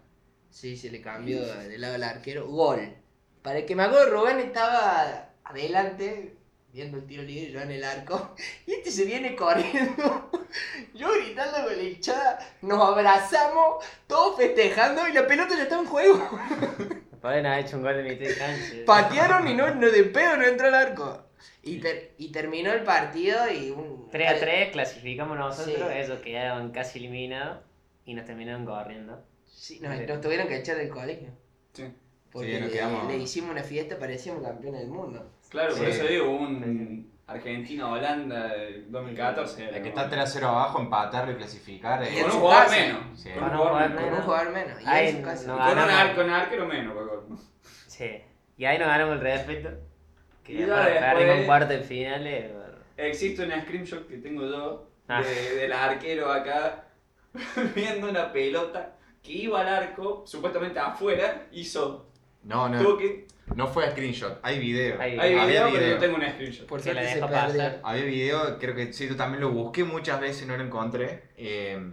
[SPEAKER 3] Sí, se le cambió del lado del arquero. Gol. Para el que me acuerdo, Rubén estaba adelante, viendo el tiro libre, yo en el arco. [LAUGHS] Y este se viene corriendo. [LAUGHS] Yo gritando con la hinchada. Nos abrazamos, todos festejando y la pelota ya está en juego. [LAUGHS]
[SPEAKER 5] Me Podrían haber hecho un gol de mitad de cancha.
[SPEAKER 3] Patearon y no, no de pedo no entró al arco. Y, ter- y terminó el partido y un...
[SPEAKER 5] 3 a 3, clasificamos nosotros,
[SPEAKER 3] Sí.
[SPEAKER 5] ellos quedaron casi eliminados y nos terminaron corriendo.
[SPEAKER 3] Sí, nos, nos tuvieron que echar del colegio.
[SPEAKER 4] Sí.
[SPEAKER 3] Porque
[SPEAKER 2] nos
[SPEAKER 3] le-
[SPEAKER 2] quedamos-
[SPEAKER 3] le hicimos una fiesta, parecíamos campeones del mundo.
[SPEAKER 4] Claro, por
[SPEAKER 2] Sí.
[SPEAKER 4] eso digo, un Argentina-Holanda del 2014.
[SPEAKER 2] La que
[SPEAKER 4] era,
[SPEAKER 2] está 3-0 abajo, empatarlo y clasificar.
[SPEAKER 3] Y
[SPEAKER 2] eh,
[SPEAKER 4] Con
[SPEAKER 3] en
[SPEAKER 4] un
[SPEAKER 3] su
[SPEAKER 4] jugador
[SPEAKER 3] casa.
[SPEAKER 4] menos.
[SPEAKER 2] Sí.
[SPEAKER 4] Con
[SPEAKER 5] Con
[SPEAKER 4] un
[SPEAKER 5] un
[SPEAKER 4] jugador
[SPEAKER 5] jugador
[SPEAKER 3] Con
[SPEAKER 4] menos.
[SPEAKER 3] un jugador menos. Y
[SPEAKER 5] Ay,
[SPEAKER 3] en su casa.
[SPEAKER 5] no.
[SPEAKER 4] Con un
[SPEAKER 5] Ganamos.
[SPEAKER 4] ar- con un arquero menos, por favor.
[SPEAKER 5] Sí. Y ahí nos ganamos el respeto. Que
[SPEAKER 4] Y
[SPEAKER 5] después
[SPEAKER 4] ya después-
[SPEAKER 5] perdimos un cuarto de eh, finales. bueno.
[SPEAKER 4] Existe una screenshot que tengo yo
[SPEAKER 5] Ah.
[SPEAKER 4] de, de la arquero acá [LAUGHS] viendo una pelota que iba al arco, supuestamente afuera, hizo.
[SPEAKER 2] No,
[SPEAKER 4] Tuvo
[SPEAKER 2] no,
[SPEAKER 4] que.
[SPEAKER 2] no fue a screenshot. Hay video.
[SPEAKER 5] Hay
[SPEAKER 4] Hay
[SPEAKER 2] Había
[SPEAKER 4] video, pero
[SPEAKER 2] video.
[SPEAKER 4] no tengo una screenshot.
[SPEAKER 3] Por
[SPEAKER 5] Que la
[SPEAKER 3] suerte se
[SPEAKER 5] dejó
[SPEAKER 3] perdió.
[SPEAKER 5] pasar.
[SPEAKER 2] Había video, creo que sí, yo también lo busqué muchas veces, no lo encontré. Eh,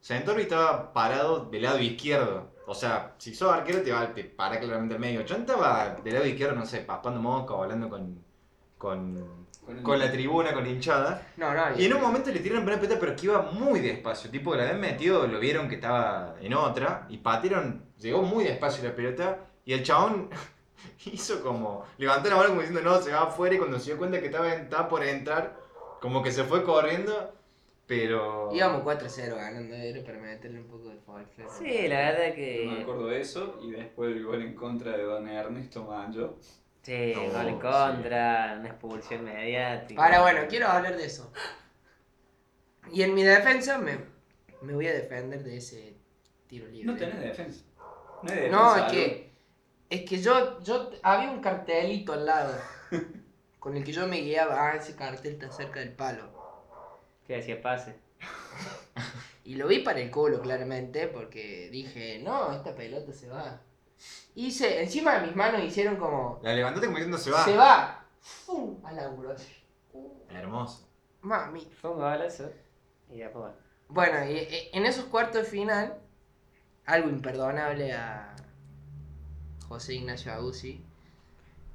[SPEAKER 2] Santoro estaba parado del lado izquierdo. O sea, si sos arquero te, va, te para claramente al medio. Yo estaba del lado izquierdo, no sé, paspando moco, hablando con, con,
[SPEAKER 4] Con el-
[SPEAKER 2] con la tribuna, con la hinchada.
[SPEAKER 3] No, no.
[SPEAKER 2] Y en un momento le tiraron una pelota, pero que iba muy despacio. Tipo, que la habían metido, lo vieron que estaba en otra. Y patearon, llegó muy despacio la pelota. Y el chabón [LAUGHS] hizo como. Levantó la mano como diciendo, no, se va afuera. Y cuando se dio cuenta que estaba, en- estaba por entrar, como que se fue corriendo. Pero.
[SPEAKER 3] Íbamos 4-0 ganando, era para meterle un poco de folclore.
[SPEAKER 5] Sí, la verdad
[SPEAKER 4] Yo me
[SPEAKER 5] que.
[SPEAKER 4] acuerdo de eso y después el gol en contra de Don Ernesto Mayo.
[SPEAKER 5] Sí,
[SPEAKER 2] No,
[SPEAKER 5] gol en
[SPEAKER 2] sí.
[SPEAKER 5] contra, una expulsión mediática.
[SPEAKER 3] Ahora bueno, quiero hablar de eso. Y en mi defensa me, me voy a defender de ese tiro libre.
[SPEAKER 4] No tenés defensa. No hay defensa.
[SPEAKER 3] No, es
[SPEAKER 4] Lu.
[SPEAKER 3] que, es que yo, yo había un cartelito al lado con el que yo me guiaba. Ah, ese cartel está cerca del palo.
[SPEAKER 5] Que hacía pase.
[SPEAKER 3] Y lo vi para el culo, claramente, porque dije, no, esta pelota se va. Hice, encima de mis manos hicieron como,
[SPEAKER 2] La levantaste como diciendo, se va.
[SPEAKER 3] se va, ¡fum! al ángulo. así.
[SPEAKER 2] Hermoso.
[SPEAKER 3] Mami.
[SPEAKER 5] Fue un golazo. Y después, bueno.
[SPEAKER 3] Bueno, y, e- en esos cuartos de final, algo imperdonable a José Ignacio Aguzzi,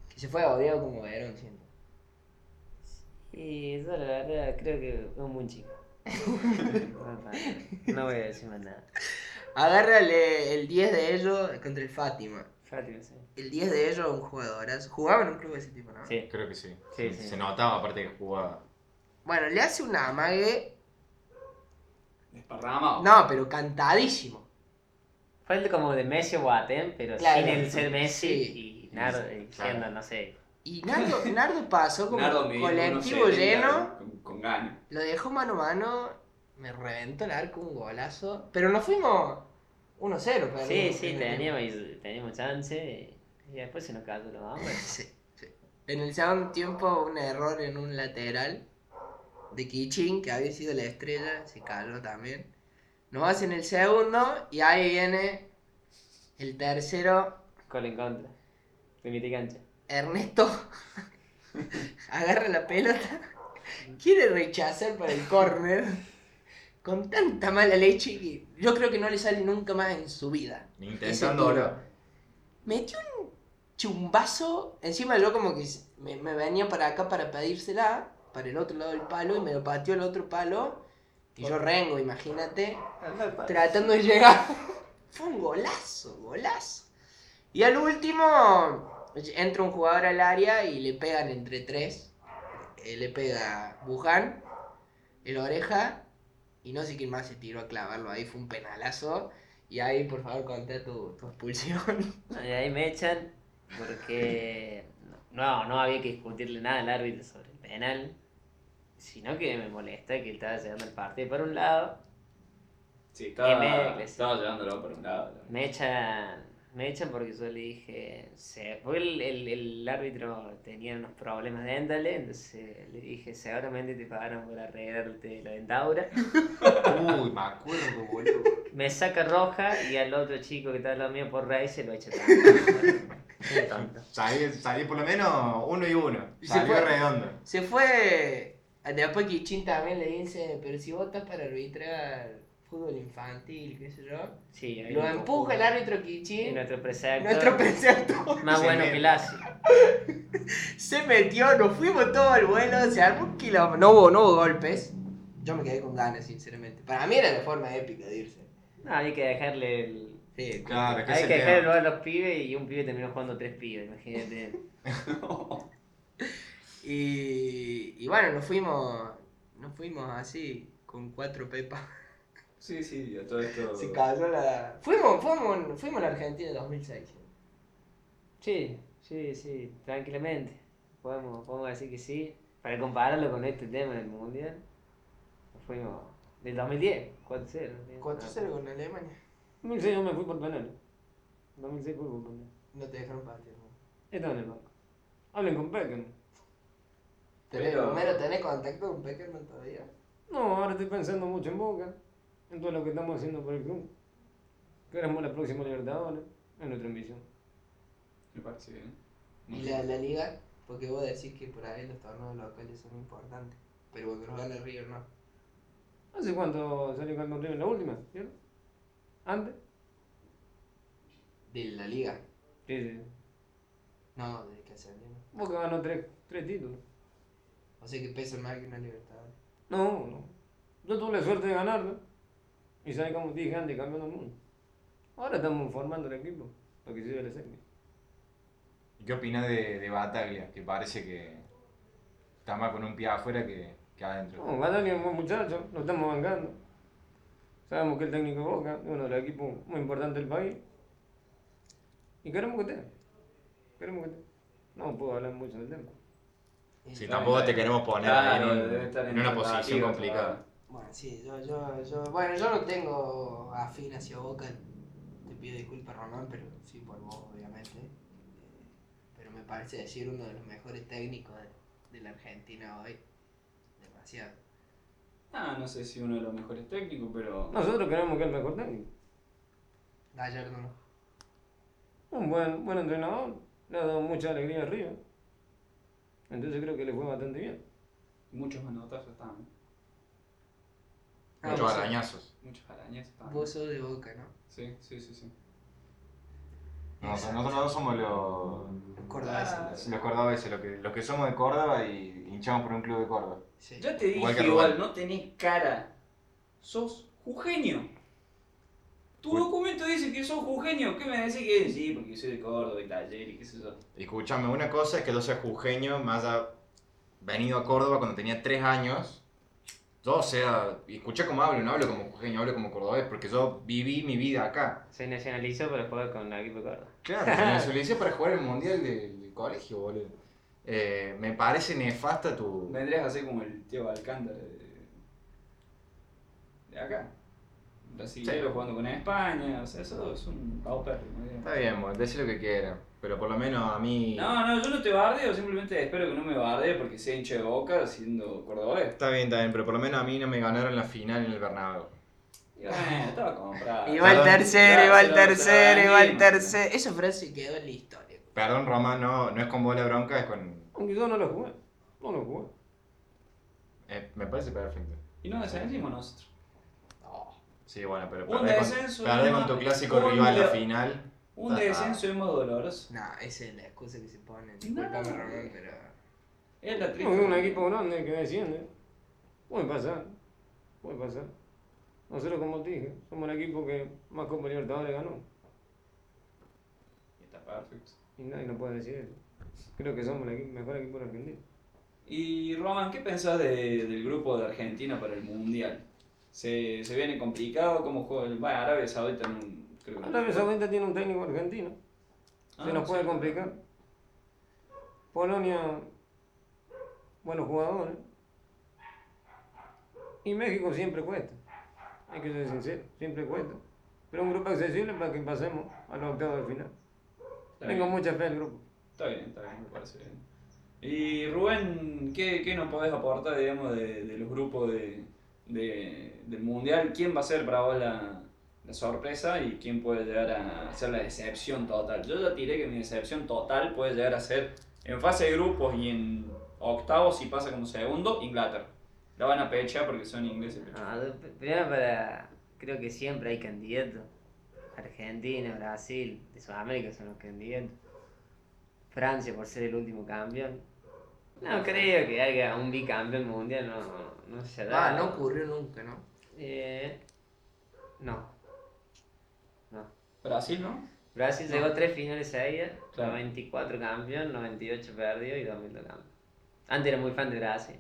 [SPEAKER 3] que se fue odiado como Verón, siento.
[SPEAKER 5] Y yo la verdad creo que es un
[SPEAKER 3] [LAUGHS]
[SPEAKER 5] buen chico. no voy a decir más nada.
[SPEAKER 3] Agárrale el 10 de ellos contra el Fátima.
[SPEAKER 5] Fátima, sí.
[SPEAKER 3] El 10 de ellos, un jugadorazo. Jugaba en un club de ese tipo, ¿no?
[SPEAKER 5] Sí.
[SPEAKER 2] Creo que sí.
[SPEAKER 5] Sí,
[SPEAKER 2] se,
[SPEAKER 5] sí.
[SPEAKER 2] se notaba, aparte que jugaba.
[SPEAKER 3] Bueno, le hace un amague.
[SPEAKER 4] Desparramado.
[SPEAKER 3] No, pero cantadísimo.
[SPEAKER 5] Fue el como de Messi o Aten, pero
[SPEAKER 3] Claro.
[SPEAKER 5] sin el ser Messi
[SPEAKER 3] Sí.
[SPEAKER 5] y Nardo
[SPEAKER 2] Sí,
[SPEAKER 5] y
[SPEAKER 2] claro.
[SPEAKER 5] siendo, no sé.
[SPEAKER 3] Y Nardo, Nardo pasó como
[SPEAKER 4] Nardo me
[SPEAKER 3] un colectivo
[SPEAKER 4] unos 70
[SPEAKER 3] lleno,
[SPEAKER 4] Con, con ganas.
[SPEAKER 3] lo dejó mano a mano, me reventó el arco, un golazo. Pero nos fuimos 1-0, perdimos.
[SPEAKER 5] Sí, sí,
[SPEAKER 3] en el-
[SPEAKER 5] teníamos, teníamos chance y después se nos cayó los hombres.
[SPEAKER 3] Sí, sí. En el segundo tiempo, un error en un lateral de Kichin, que había sido la estrella, se cayó también. Nos hacen el segundo y ahí viene el tercero,
[SPEAKER 5] Gol en contra. De mi cancha.
[SPEAKER 3] Ernesto [LAUGHS] agarra la pelota, quiere rechazar para el córner con tanta mala leche que yo creo que no le sale nunca más en su vida.
[SPEAKER 2] Intentando
[SPEAKER 3] Ese
[SPEAKER 2] ahora.
[SPEAKER 3] Metió un chumbazo, encima yo como que me, me venía para acá para pedírsela, para el otro lado del palo, y me lo pateó el otro palo, y yo rengo, [LAUGHS] imagínate, tratando de llegar. Fue un golazo, golazo. Y al último, entra un jugador al área y le pegan entre tres. Eh, le pega Buján, el oreja, y no sé quién más se tiró a clavarlo ahí. Fue un penalazo. Y ahí, por favor, contá tu, tu expulsión.
[SPEAKER 5] No, Y ahí me echan porque no, no había que discutirle nada al árbitro sobre el penal, sino que me molesta que estaba llevando el partido para un lado,
[SPEAKER 4] Sí,
[SPEAKER 5] Y
[SPEAKER 4] estaba,
[SPEAKER 5] me-
[SPEAKER 4] estaba llevándolo por un lado.
[SPEAKER 5] me echan, me echan porque yo le dije, se, porque el, el- el árbitro tenía unos problemas dentales, entonces le dije, seguramente te pagaron por arreglarte la dentadura.
[SPEAKER 2] Uy, me acuerdo, boludo.
[SPEAKER 5] Me saca roja y al otro chico que estaba al lado mío por raíz se lo echa también. [LAUGHS] Qué tonto.
[SPEAKER 2] Salí, salí por lo menos uno y uno.
[SPEAKER 3] Y se
[SPEAKER 2] Salió
[SPEAKER 3] fue.
[SPEAKER 2] redondo.
[SPEAKER 3] Se fue. Después Kichin también le dice, pero si votas para arbitrar fútbol infantil, qué sé yo.
[SPEAKER 5] Sí, ahí
[SPEAKER 3] Lo
[SPEAKER 5] me
[SPEAKER 3] empuja el árbitro Kichin.
[SPEAKER 5] Y nuestro preceptor.
[SPEAKER 3] Nuestro preceptor
[SPEAKER 5] Más
[SPEAKER 2] Se
[SPEAKER 5] bueno
[SPEAKER 2] mete.
[SPEAKER 5] que Lassi.
[SPEAKER 3] [LAUGHS] se metió, nos fuimos todo el vuelo, se armó un quilombo. No hubo, no hubo golpes. Yo me quedé con ganas, sinceramente. Para mí era la forma épica de irse.
[SPEAKER 5] No, hay que dejarle el.
[SPEAKER 3] Sí.
[SPEAKER 2] Claro, que
[SPEAKER 5] Hay
[SPEAKER 2] se
[SPEAKER 5] que dejar el
[SPEAKER 2] quedó.
[SPEAKER 5] lugar a los pibes y un pibe terminó jugando tres pibes, imagínate.
[SPEAKER 3] Y, y bueno, nos fuimos, nos fuimos así, con cuatro pepas. [LAUGHS]
[SPEAKER 4] Sí, sí, a todo esto.
[SPEAKER 3] Se cayó la... Fuimos, fuimos, fuimos a la Argentina en 2006.
[SPEAKER 5] Sí, sí, sí, tranquilamente. Podemos, podemos decir que sí. Para compararlo con este tema del mundial, nos fuimos. Del 2010, 4-0. ¿no?
[SPEAKER 3] 4-0 con Alemania.
[SPEAKER 6] 2006 yo me fui por penal. 2006 fui por penal.
[SPEAKER 3] No te dejaron partir. ¿no?
[SPEAKER 6] Estaba en el banco. Hablen con Beckham.
[SPEAKER 3] ¿Tenés,
[SPEAKER 4] Pero-
[SPEAKER 3] Homero, ¿tenés contacto con Peckerman todavía?
[SPEAKER 6] No, ahora estoy pensando mucho en Boca, en todo lo que estamos haciendo por el club. Queremos la próxima Libertadores, es nuestra ambición.
[SPEAKER 4] Me parece bien.
[SPEAKER 3] Y la, la liga, porque vos decís que por ahí los torneos locales son importantes. Pero cuando los gana River no.
[SPEAKER 6] ¿Hace cuánto salió campeón River? La última, ¿cierto? ¿Antes?
[SPEAKER 3] De la liga.
[SPEAKER 6] Sí, sí.
[SPEAKER 3] No, de que ascendió. ¿no?
[SPEAKER 6] Boca ganó tres, tres títulos.
[SPEAKER 3] O sea que pesa más que una Libertadores.
[SPEAKER 6] No, no. Yo tuve la suerte de ganarlo y salí como dije antes, campeón del mundo. Ahora estamos formando el equipo, lo que sirve la serie.
[SPEAKER 2] ¿Y qué opinas de, de Bataglia? Que parece que está más con un pie afuera que, que adentro.
[SPEAKER 6] No, Bataglia es un buen muchacho, lo estamos bancando. Sabemos que el técnico de Boca es uno de los equipos muy importantes del país. Y queremos que esté. Queremos que esté. No puedo hablar mucho del tema.
[SPEAKER 3] Y-
[SPEAKER 2] Sí, tampoco te queremos poner ahí en,
[SPEAKER 4] Claro,
[SPEAKER 2] un-
[SPEAKER 4] debe estar
[SPEAKER 2] en una
[SPEAKER 4] expectativa,
[SPEAKER 2] posición
[SPEAKER 4] claro.
[SPEAKER 2] complicada.
[SPEAKER 3] Bueno, sí, yo, yo, yo, bueno, yo no tengo afín hacia Boca. Te pido disculpas, Román, pero sí por vos, obviamente. Eh, Pero me parece decir uno de los mejores técnicos de, de la Argentina hoy. Demasiado.
[SPEAKER 4] Ah, no sé si uno de los mejores técnicos, pero.
[SPEAKER 6] Nosotros queremos que es el mejor técnico.
[SPEAKER 3] Gallardo no.
[SPEAKER 6] Un buen, buen entrenador, le ha dado mucha alegría a Río. Entonces creo que le fue bastante bien.
[SPEAKER 4] Muchos manotazos estaban.
[SPEAKER 3] Ah,
[SPEAKER 2] Muchos
[SPEAKER 3] vos, sos,
[SPEAKER 2] arañazos.
[SPEAKER 4] Muchas arañas estaban.
[SPEAKER 3] vos sos de Boca, ¿no?
[SPEAKER 4] Sí, sí, sí, sí.
[SPEAKER 2] No, nosotros no somos los,
[SPEAKER 3] Cordobés.
[SPEAKER 4] Ah,
[SPEAKER 2] los cordobeses, los que, los que somos de Córdoba y hinchamos por un club de Córdoba.
[SPEAKER 3] Sí.
[SPEAKER 4] Ya te
[SPEAKER 2] Igual
[SPEAKER 4] dije
[SPEAKER 2] que
[SPEAKER 4] igual,
[SPEAKER 2] Rubén.
[SPEAKER 4] no tenés cara. Sos jujeño. Tu
[SPEAKER 2] Bueno.
[SPEAKER 4] documento dice que sos jujeño. ¿Qué me decís que es? Sí, porque soy de Córdoba y taller y qué sé yo.
[SPEAKER 2] Escuchame, una cosa es que yo sea jujeño, más haya venido a Córdoba cuando tenía tres años. Yo, o sea, y escuché cómo hablo, no hablo como jujeño, hablo como cordobés, porque yo viví mi vida acá.
[SPEAKER 5] Se nacionalizó para jugar con el equipo de Córdoba.
[SPEAKER 2] Claro, me nacionalicé para jugar el mundial del, del colegio, boludo. Eh, me parece nefasta tu.
[SPEAKER 4] Vendrías a ser como el tío Alcántara de, de acá. Brasilero
[SPEAKER 2] Sí.
[SPEAKER 4] jugando con España, o sea, eso es un pauper. como diría.
[SPEAKER 2] Está bien, boludo, decir lo que quiera, pero por lo menos a mí.
[SPEAKER 4] No, no, yo no te bardeo, simplemente espero que no me bardee porque sea hincha de boca siendo cordobés.
[SPEAKER 2] Está bien, está bien, pero por lo menos a mí no me ganaron la final en el Bernabéu. [LAUGHS]
[SPEAKER 4] Y bueno, estaba comprado.
[SPEAKER 3] Y va el
[SPEAKER 2] Perdón.
[SPEAKER 3] tercero, y va el
[SPEAKER 4] Gracias,
[SPEAKER 3] tercero, y va el
[SPEAKER 4] Dani.
[SPEAKER 3] tercero. Esa frase quedó en la historia.
[SPEAKER 2] Perdón, Román, no, no es con bola bronca, es con.
[SPEAKER 6] Aunque yo no lo jugué. No lo jugué.
[SPEAKER 2] eh, me parece perfecto.
[SPEAKER 4] Y no descendimos nosotros.
[SPEAKER 2] Sí, bueno, pero
[SPEAKER 4] Un
[SPEAKER 2] perder
[SPEAKER 4] descenso,
[SPEAKER 2] con, perder
[SPEAKER 4] una-
[SPEAKER 2] con tu clásico
[SPEAKER 4] un
[SPEAKER 2] rival la
[SPEAKER 4] de-
[SPEAKER 2] final.
[SPEAKER 4] Un
[SPEAKER 2] Ajá.
[SPEAKER 4] descenso es más doloroso.
[SPEAKER 3] No, esa es la excusa que se ponen. Disculpame,
[SPEAKER 4] No.
[SPEAKER 3] Román, pero.
[SPEAKER 4] Es la
[SPEAKER 6] No, es
[SPEAKER 4] triste.
[SPEAKER 6] un equipo grande que desciende. Puede pasar, puede pasar. Nosotros, como te dije, somos el equipo que más Copa Libertadores ganó.
[SPEAKER 4] Y está Perfecto.
[SPEAKER 6] Y nadie nos puede decir eso. Creo que somos el equi- mejor equipo de Argentina.
[SPEAKER 4] Y Roman, ¿qué pensás de- del grupo de Argentina para el Mundial? ¿Se, se viene complicado? ¿Cómo juega? el- Bueno, Arabia Saudita no, creo que no.
[SPEAKER 6] Arabia Saudita tiene un técnico argentino.
[SPEAKER 4] Ah,
[SPEAKER 6] Se nos puede
[SPEAKER 4] sí.
[SPEAKER 6] complicar. Polonia, buenos jugadores. Y México siempre cuesta. Hay que ser sincero, siempre cuesta. Pero un grupo accesible para que pasemos a los octavos de final.
[SPEAKER 4] Está
[SPEAKER 6] Tengo
[SPEAKER 4] bien.
[SPEAKER 6] mucha fe en el grupo.
[SPEAKER 4] Está bien, está bien, me parece bien. Y Rubén, ¿qué, qué nos podés aportar, digamos, de, de los grupos de, de- del Mundial? ¿Quién va a ser para vos la, la sorpresa y quién puede llegar a ser la decepción total? Yo ya tiré que mi decepción total puede llegar a ser en fase de grupos y en octavos, si pasa como segundo, Inglaterra. La van a pechar porque son ingleses. pecho.
[SPEAKER 5] No, de- primero para. Creo que siempre hay candidatos. Argentina, Brasil, de Sudamérica son los candidatos. Francia por ser el último campeón. No creo que haya un bicampeón mundial, no, no se da.
[SPEAKER 3] Ah, no ocurrió nunca, ¿no?
[SPEAKER 5] Eh, no. No.
[SPEAKER 4] Brasil, ¿no?
[SPEAKER 5] Brasil llegó a tres finales seguidas,
[SPEAKER 4] Claro.
[SPEAKER 5] 94 campeón, 98 perdido y 2002 campeón. Antes era muy fan de Brasil.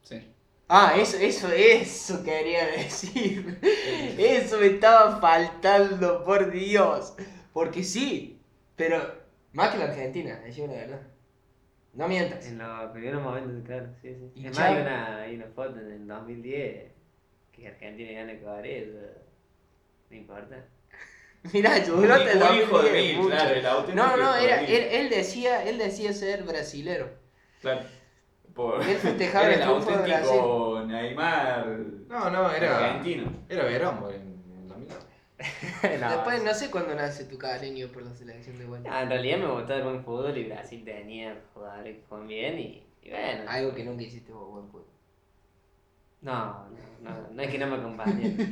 [SPEAKER 4] Sí.
[SPEAKER 3] Ah, eso, eso, eso quería [LAUGHS] decir. Eso me estaba faltando, por Dios. Porque sí, pero más que la Argentina, decime la verdad. No mientas.
[SPEAKER 5] En los primeros momentos, claro, sí, sí.
[SPEAKER 3] Y
[SPEAKER 5] Es más,
[SPEAKER 3] ya-
[SPEAKER 5] hay una, hay una foto en el 2010 que Argentina gana Corea, eso no importa.
[SPEAKER 3] Mirá, Yulote
[SPEAKER 4] Un
[SPEAKER 3] lo
[SPEAKER 4] hijo de
[SPEAKER 3] quiere
[SPEAKER 4] mí,
[SPEAKER 3] mucho.
[SPEAKER 4] claro, el auténtico
[SPEAKER 3] No, no, no,
[SPEAKER 4] hijo de
[SPEAKER 3] era,
[SPEAKER 4] mí.
[SPEAKER 3] él, él decía, él decía ser brasilero.
[SPEAKER 4] Claro. Por... [LAUGHS]
[SPEAKER 3] Él festejaba
[SPEAKER 4] Era
[SPEAKER 3] el
[SPEAKER 4] el
[SPEAKER 3] triunfo de
[SPEAKER 4] [LAUGHS] auténtico Neymar
[SPEAKER 2] No, no, era.
[SPEAKER 4] argentino.
[SPEAKER 2] Era Verón en el 2008.
[SPEAKER 5] No.
[SPEAKER 3] Después [LAUGHS] no sé cuándo nace tu cariño por la selección de Guayaquil.
[SPEAKER 5] No, Ah,
[SPEAKER 4] Ah,
[SPEAKER 5] en realidad me gustó el buen fútbol y Brasil tenía jugadores que juegan bien y, y bueno.
[SPEAKER 3] Algo que nunca hiciste vos, buen pueblo.
[SPEAKER 5] No, no, no, no es que no me acompañen.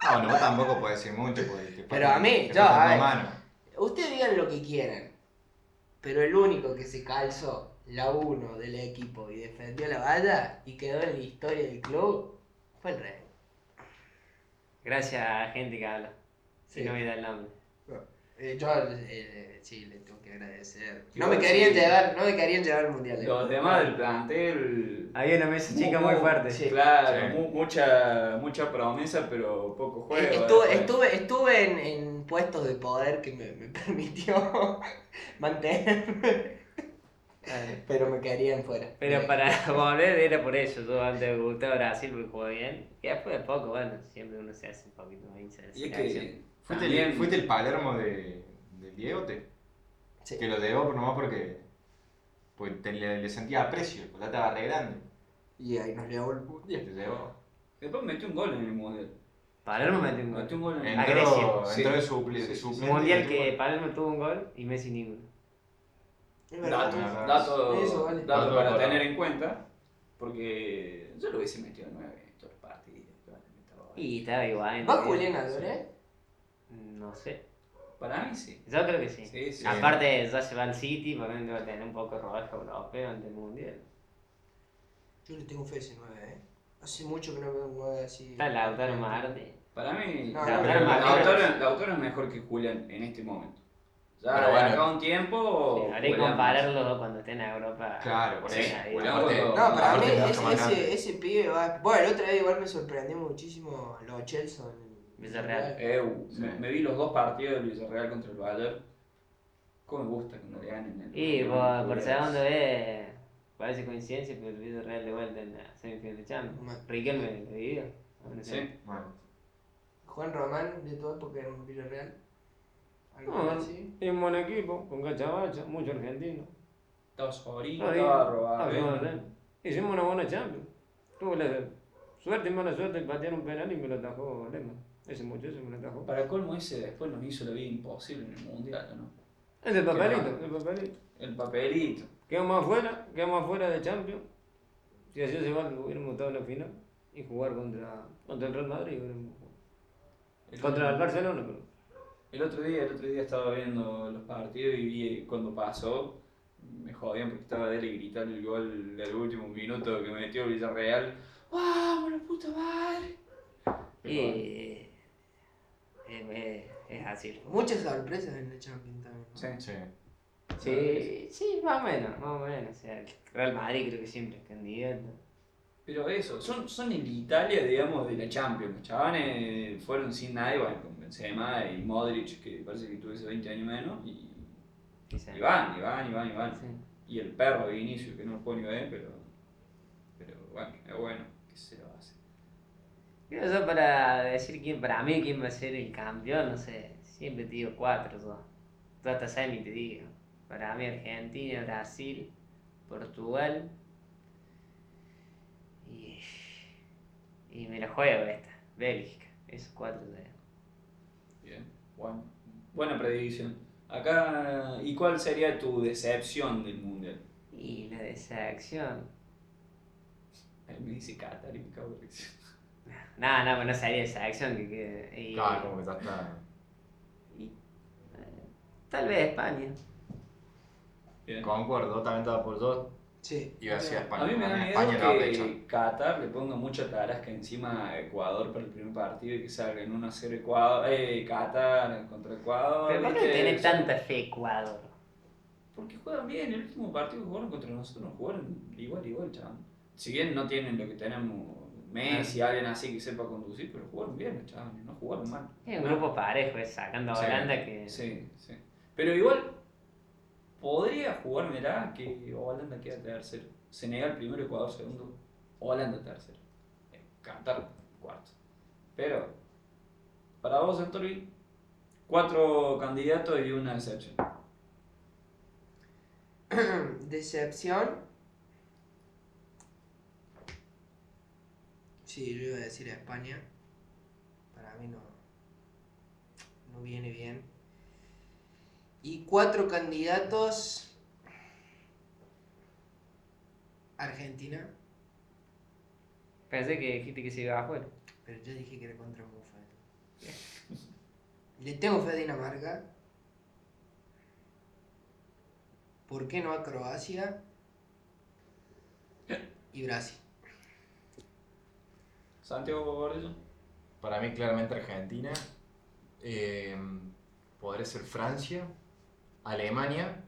[SPEAKER 2] Ah, bueno, vos tampoco podés decir mucho porque te
[SPEAKER 3] Pero a mí,
[SPEAKER 2] te
[SPEAKER 3] yo,
[SPEAKER 2] faltan
[SPEAKER 3] a
[SPEAKER 2] dos
[SPEAKER 3] ver.
[SPEAKER 2] manos.
[SPEAKER 3] Ustedes digan lo que quieran, pero el único que se calzó la 1 del equipo y defendió la valla y quedó en la historia del club fue el rey.
[SPEAKER 5] Gracias a la gente que habla. Si
[SPEAKER 3] Sí.
[SPEAKER 5] no me da el nombre.
[SPEAKER 3] Eh, yo eh, sí le tengo que agradecer.
[SPEAKER 4] Yo
[SPEAKER 3] No me querían
[SPEAKER 4] sí.
[SPEAKER 3] llevar, no me querían llevar al mundial. eh.
[SPEAKER 4] Los demás del plantel.
[SPEAKER 5] Había una mesa chica
[SPEAKER 4] mu-
[SPEAKER 5] Ah, muy
[SPEAKER 4] mu-
[SPEAKER 5] fuerte.
[SPEAKER 3] Uh, sí.
[SPEAKER 4] Claro,
[SPEAKER 2] Sí.
[SPEAKER 4] mu- mucha, mucha promesa, pero poco
[SPEAKER 3] Eh,
[SPEAKER 4] juego.
[SPEAKER 3] estuve,
[SPEAKER 4] después.
[SPEAKER 3] estuve, estuve en, en puestos de poder que me, [LAUGHS] me permitió mantenerme,
[SPEAKER 5] Claro.
[SPEAKER 3] pero me querían fuera.
[SPEAKER 5] Pero
[SPEAKER 4] Eh.
[SPEAKER 5] para [LAUGHS] volver era por eso, yo antes me gustaba Brasil porque jugaba bien. Y después de poco, bueno, siempre uno se hace un poquito más hincha de la
[SPEAKER 4] Y es
[SPEAKER 5] selección.
[SPEAKER 4] que. eh,
[SPEAKER 2] ¿Fuiste, el,
[SPEAKER 4] también-
[SPEAKER 2] fuiste el Palermo de, de Diego? Te,
[SPEAKER 3] Sí.
[SPEAKER 2] Que lo debo nomás porque, porque te- le, le sentía aprecio, porque ya estaba re grande.
[SPEAKER 3] Y ahí nos llevó el
[SPEAKER 2] Y
[SPEAKER 3] mundial.
[SPEAKER 2] te llevó.
[SPEAKER 4] Después metió un gol en el mundial.
[SPEAKER 5] Palermo metió un
[SPEAKER 4] Metió un
[SPEAKER 5] gol.
[SPEAKER 4] gol en el
[SPEAKER 5] A
[SPEAKER 2] Entró,
[SPEAKER 4] mundial.
[SPEAKER 2] entró
[SPEAKER 4] Grecia.
[SPEAKER 2] de
[SPEAKER 4] Sí.
[SPEAKER 2] suple-
[SPEAKER 4] Sí, sí, sí.
[SPEAKER 2] suplente.
[SPEAKER 5] Mundial
[SPEAKER 2] y-
[SPEAKER 5] que Palermo tuvo un gol y Messi ninguno.
[SPEAKER 3] Es verdad.
[SPEAKER 4] Dato,
[SPEAKER 2] Nada.
[SPEAKER 4] dato-
[SPEAKER 3] Eso vale.
[SPEAKER 4] dato
[SPEAKER 2] Dato
[SPEAKER 4] para
[SPEAKER 2] para-
[SPEAKER 4] tener en cuenta. Porque yo lo hubiese metido nueve en todos los partidos. claro, me estaba-
[SPEAKER 5] Y estaba igual.
[SPEAKER 3] Va Julián Adoré.
[SPEAKER 5] No sé.
[SPEAKER 4] Para mí sí.
[SPEAKER 5] Yo creo que sí.
[SPEAKER 4] Sí, sí.
[SPEAKER 5] Aparte, ya se va al City, por ende va a tener un poco de rodaje europeo ante el Mundial.
[SPEAKER 3] Yo le tengo fe a ese 9, ¿eh? Hace mucho que no veo un 9 así.
[SPEAKER 5] Está Lautaro Martí.
[SPEAKER 4] Para mí,
[SPEAKER 3] No,
[SPEAKER 4] la,
[SPEAKER 5] pero-
[SPEAKER 4] autora es mejor que Julián en este momento. Ya
[SPEAKER 2] Pero
[SPEAKER 4] ha
[SPEAKER 2] bueno.
[SPEAKER 4] acá un tiempo.
[SPEAKER 5] Sí, Haré
[SPEAKER 4] Oh, Julián-
[SPEAKER 5] compararlo cuando estén en Europa.
[SPEAKER 2] Claro, por
[SPEAKER 5] Sí,
[SPEAKER 2] eso.
[SPEAKER 5] ahí.
[SPEAKER 4] Julián
[SPEAKER 2] Aparte-
[SPEAKER 4] cuando-
[SPEAKER 3] No, para mí
[SPEAKER 2] Aparte, mucho
[SPEAKER 3] ese,
[SPEAKER 2] más grande.
[SPEAKER 3] ese, ese pibe va. Bueno, el otro día igual me sorprendió muchísimo los Chelsea. en-
[SPEAKER 4] Eu,
[SPEAKER 5] Villarreal.
[SPEAKER 2] Sí.
[SPEAKER 4] Eh, uh, me, me vi los dos partidos del Villarreal contra el Bayern. ¿Cómo me gusta cuando le ganen? el-
[SPEAKER 5] Y
[SPEAKER 4] el-
[SPEAKER 5] por,
[SPEAKER 4] el-
[SPEAKER 5] por eh. segunda vez, parece coincidencia, pero el Real de vuelta en la semifinal de
[SPEAKER 3] Bueno.
[SPEAKER 5] Champions. Riquelme lo vivió. No sé.
[SPEAKER 4] Sí.
[SPEAKER 2] Bueno,
[SPEAKER 3] Juan Román, de toda época en Villarreal. Algo
[SPEAKER 6] No,
[SPEAKER 3] así.
[SPEAKER 6] es un buen equipo, con cachabacha, mucho argentino.
[SPEAKER 4] Estaba Sorín,
[SPEAKER 6] No,
[SPEAKER 4] estaba
[SPEAKER 6] digo,
[SPEAKER 4] Robado.
[SPEAKER 6] ah, no, no. Hicimos una buena Champions. Tuve la suerte y mala suerte de patear un penal y me lo atajó Lema. Ese muchacho me lo atajó.
[SPEAKER 4] Para el colmo ese después nos hizo la vida imposible en el Mundial, ¿no?
[SPEAKER 6] Es el
[SPEAKER 4] Qué
[SPEAKER 6] papelito, el papelito.
[SPEAKER 4] El papelito.
[SPEAKER 6] Quedamos afuera, quedamos afuera de Champions. Si así se va, hubiéramos estado en la final y jugar contra, contra el Real Madrid. hubiéramos jugado.
[SPEAKER 4] El-
[SPEAKER 6] Contra el Barcelona, pero.
[SPEAKER 4] El otro día, el otro día estaba viendo los partidos y vi cuando pasó, me jodían porque estaba de él y gritando el gol del último minuto que metió el Villarreal. ¡Vamos, la puta madre!
[SPEAKER 5] Y. eh, eh, Es así.
[SPEAKER 3] Muchas sorpresas en la Champions también. ¿no?
[SPEAKER 2] Sí.
[SPEAKER 5] Sí, sí, más o menos, más o menos. O sea, el Real Madrid creo que siempre es candidato.
[SPEAKER 4] Pero eso, son, son el Italia, digamos, de la Champions. Los chavales fueron sin nadie, bueno, con Benzema y Modric, que parece que tuviese 20 años menos, y,
[SPEAKER 5] Quizá.
[SPEAKER 4] y van, y van, y van, y van.
[SPEAKER 5] Sí.
[SPEAKER 4] Y el perro de inicio, que no lo puedo ni ver, pero, pero bueno, es bueno, que se lo hace.
[SPEAKER 5] Creo yo para decir quién, para mí quién va a ser el campeón, no sé, siempre te digo cuatro yo. Tú hasta semi te digo. Para mí Argentina, Brasil, Portugal. Y, y me la juego esta, Bélgica. Esos cuatro de.
[SPEAKER 4] Bien, bueno. Buena predicción. Acá, ¿y cuál sería tu decepción del Mundial?
[SPEAKER 5] Y la decepción.
[SPEAKER 4] Él me dice Qatar y me cago en la risa.
[SPEAKER 5] No, no, pero no sería decepción que quede. Y-
[SPEAKER 2] Claro, como que ya está.
[SPEAKER 5] Tal vez España.
[SPEAKER 4] Bien.
[SPEAKER 2] Concuerdo, también estaba por dos.
[SPEAKER 3] Sí.
[SPEAKER 2] Iba a decir España.
[SPEAKER 4] A mí me da
[SPEAKER 2] España,
[SPEAKER 4] miedo
[SPEAKER 2] España la
[SPEAKER 4] que
[SPEAKER 2] fecha.
[SPEAKER 4] Qatar le ponga mucha tarasca encima a Ecuador para el primer partido y que salga en 1-0 Ecuador, eh, Qatar contra Ecuador.
[SPEAKER 5] Pero ¿por qué
[SPEAKER 4] ¿viste?
[SPEAKER 5] tiene tanta fe Ecuador?
[SPEAKER 4] Porque juegan bien, el último partido que jugaron contra nosotros no jugaron igual, igual, chaval. Si bien no tienen lo que tenemos Messi,
[SPEAKER 5] Ah.
[SPEAKER 4] alguien así que sepa conducir, pero jugaron bien, chaval, no jugaron mal.
[SPEAKER 5] Es un grupo parejo, es sacando a
[SPEAKER 4] Sí,
[SPEAKER 5] Holanda que.
[SPEAKER 4] Sí, sí. Pero igual podría jugar, mirá, que Holanda queda tercero. Senegal primero, Ecuador segundo, Holanda tercero. Eh, Qatar cuarto. Pero, para vos, Santori, cuatro candidatos y una excepción.
[SPEAKER 3] [CLEARS THROAT] Decepción. Sí, yo iba a decir España. Para mí no. No viene bien. Y cuatro candidatos. Argentina.
[SPEAKER 5] Pensé que dijiste que se iba afuera.
[SPEAKER 3] Pero yo dije que era contra Buffon. [LAUGHS] Le tengo fe a Dinamarca. ¿Por qué no a Croacia? Y Brasil.
[SPEAKER 4] Santiago Gordillo.
[SPEAKER 2] Para mí, claramente Argentina. Eh, podría ser Francia, Alemania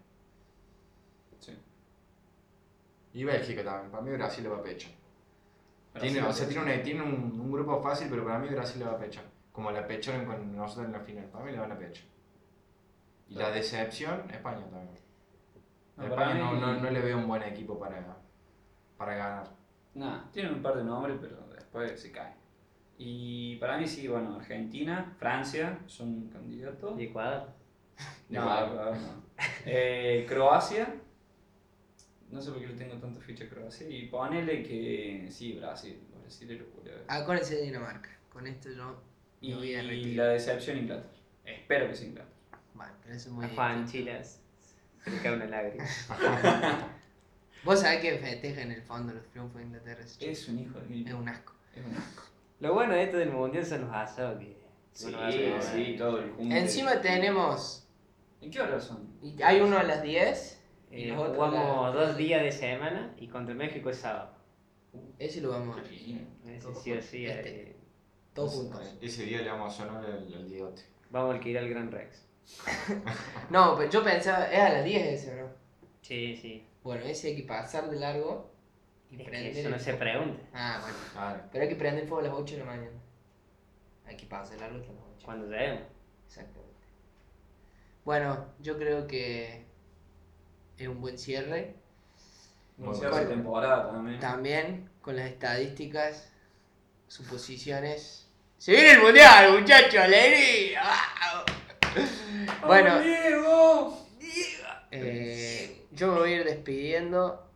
[SPEAKER 4] Sí.
[SPEAKER 2] y Bélgica también. Para mí, Brasil le va a pecho.
[SPEAKER 4] Brasil,
[SPEAKER 2] Tiene, o sea,
[SPEAKER 4] Brasil.
[SPEAKER 2] tiene, una- tiene un, un grupo fácil, pero para mí Brasil le va a pecho. Como la pecharon con nosotros en la final. Para mí le van a pecho. Y la decepción, España también.
[SPEAKER 4] No,
[SPEAKER 2] España
[SPEAKER 4] para
[SPEAKER 2] no,
[SPEAKER 4] mí-
[SPEAKER 2] no, no le veo un buen equipo para, para ganar.
[SPEAKER 4] Nah, tienen un par de nombres, pero después se caen. Y para mí sí, bueno, Argentina, Francia son candidatos.
[SPEAKER 5] ¿Y Ecuador?
[SPEAKER 4] No,
[SPEAKER 2] Igual.
[SPEAKER 4] Ecuador no. Eh, Croacia. No sé por qué le tengo tanta ficha a Croacia. Y ponele que. Sí, Brasil. Los brasileños, boludo.
[SPEAKER 3] Acuérdense de Dinamarca. Con esto yo
[SPEAKER 4] Y,
[SPEAKER 3] Ah, me voy a
[SPEAKER 4] y
[SPEAKER 3] retirar.
[SPEAKER 4] la decepción Inglaterra. Espero que sea Inglaterra.
[SPEAKER 3] Bueno, pero eso es muy
[SPEAKER 5] A Juan
[SPEAKER 3] difícil.
[SPEAKER 5] Chilas. Se le cae
[SPEAKER 3] [LAUGHS]
[SPEAKER 5] una lágrima.
[SPEAKER 3] Vos sabés que festeja en el fondo los triunfos de Inglaterra. ese chico.
[SPEAKER 4] Es un hijo de mil.
[SPEAKER 3] Es un asco.
[SPEAKER 4] Es un asco.
[SPEAKER 5] Lo bueno de esto del mundial son los asados que.
[SPEAKER 4] Sí,
[SPEAKER 5] uno hace, ¿no?
[SPEAKER 4] sí, todo el junte.
[SPEAKER 3] Encima tenemos.
[SPEAKER 4] ¿En qué hora son?
[SPEAKER 3] y Hay uno a las 10.
[SPEAKER 5] Eh,
[SPEAKER 3] Y los otros
[SPEAKER 5] jugamos
[SPEAKER 3] la-
[SPEAKER 5] dos días de semana y contra México es sábado.
[SPEAKER 3] Ese lo vamos a ver.
[SPEAKER 5] Ese sí o sí.
[SPEAKER 3] Este.
[SPEAKER 5] eh,
[SPEAKER 3] Todos juntos.
[SPEAKER 2] Ese día le vamos a sonar el, el diote.
[SPEAKER 5] vamos a alquilar el Gran Rex.
[SPEAKER 3] No, pero yo pensaba. Es a las 10 ese, ¿no?
[SPEAKER 5] Sí, sí.
[SPEAKER 3] Bueno, ese hay que pasar de largo y
[SPEAKER 5] Es que
[SPEAKER 3] prender.
[SPEAKER 5] eso
[SPEAKER 3] el
[SPEAKER 5] no se
[SPEAKER 3] fuego.
[SPEAKER 5] pregunta.
[SPEAKER 3] Ah, bueno.
[SPEAKER 2] Claro.
[SPEAKER 3] Pero hay que prender el fuego a las 8 de la mañana. Hay que pasar de largo hasta las 8.
[SPEAKER 5] Cuando lleguemos.
[SPEAKER 3] Exactamente. Bueno, yo creo que es un buen cierre.
[SPEAKER 2] Muy
[SPEAKER 4] Inicia la
[SPEAKER 2] bueno.
[SPEAKER 4] temporada también.
[SPEAKER 3] También con las estadísticas, suposiciones. ¡Se viene el mundial, muchachos! ¡Alegría! ¡Ah! Bueno.
[SPEAKER 4] Diego!
[SPEAKER 3] Eh, yo me voy a ir despidiendo,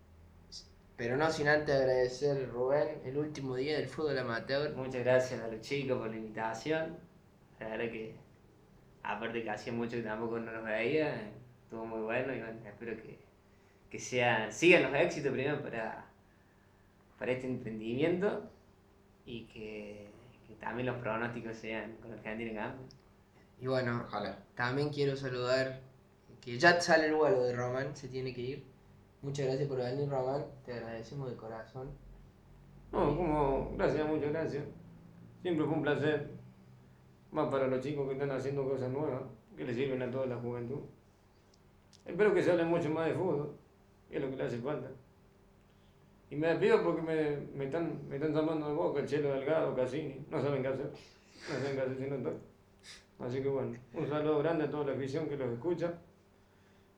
[SPEAKER 3] pero no sin antes agradecer, Rubén, el último día del fútbol amateur.
[SPEAKER 5] Muchas gracias a los chicos por la invitación. La verdad que, aparte que hacía mucho que tampoco no los veía, eh, estuvo muy bueno y bueno, espero que, que sean, sigan los éxitos primero para, para este emprendimiento y que, que también los pronósticos sean con Argentina campeón.
[SPEAKER 3] Y bueno,
[SPEAKER 2] Ojalá.
[SPEAKER 3] también quiero saludar que ya sale el vuelo de Román, se tiene que ir. Muchas gracias por venir, Román, te agradecemos de corazón.
[SPEAKER 6] No, como, gracias, muchas gracias. Siempre fue un placer. más para los chicos que están haciendo cosas nuevas, que le sirven a toda la juventud. Espero que se hable mucho más de fútbol, que es lo que le hace falta. Y me despido porque me, me están, me están llamando de boca, el Chelo Delgado, Cassini, no saben qué hacer, no saben qué hacer si no estoy. Así que bueno, un saludo grande a toda la afición que los escucha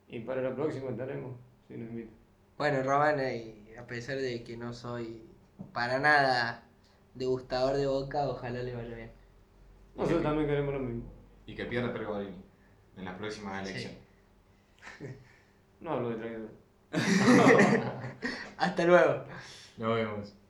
[SPEAKER 6] y para la próxima estaremos, si nos invitan.
[SPEAKER 3] Bueno, Román, y a pesar de que no soy para nada degustador de boca, ojalá le vaya bien.
[SPEAKER 6] Nosotros también queremos lo mismo.
[SPEAKER 2] Y que pierda Pergolini en las próximas
[SPEAKER 3] Sí.
[SPEAKER 2] elecciones.
[SPEAKER 6] No hablo de traidor.
[SPEAKER 3] Hasta luego.
[SPEAKER 2] Nos vemos.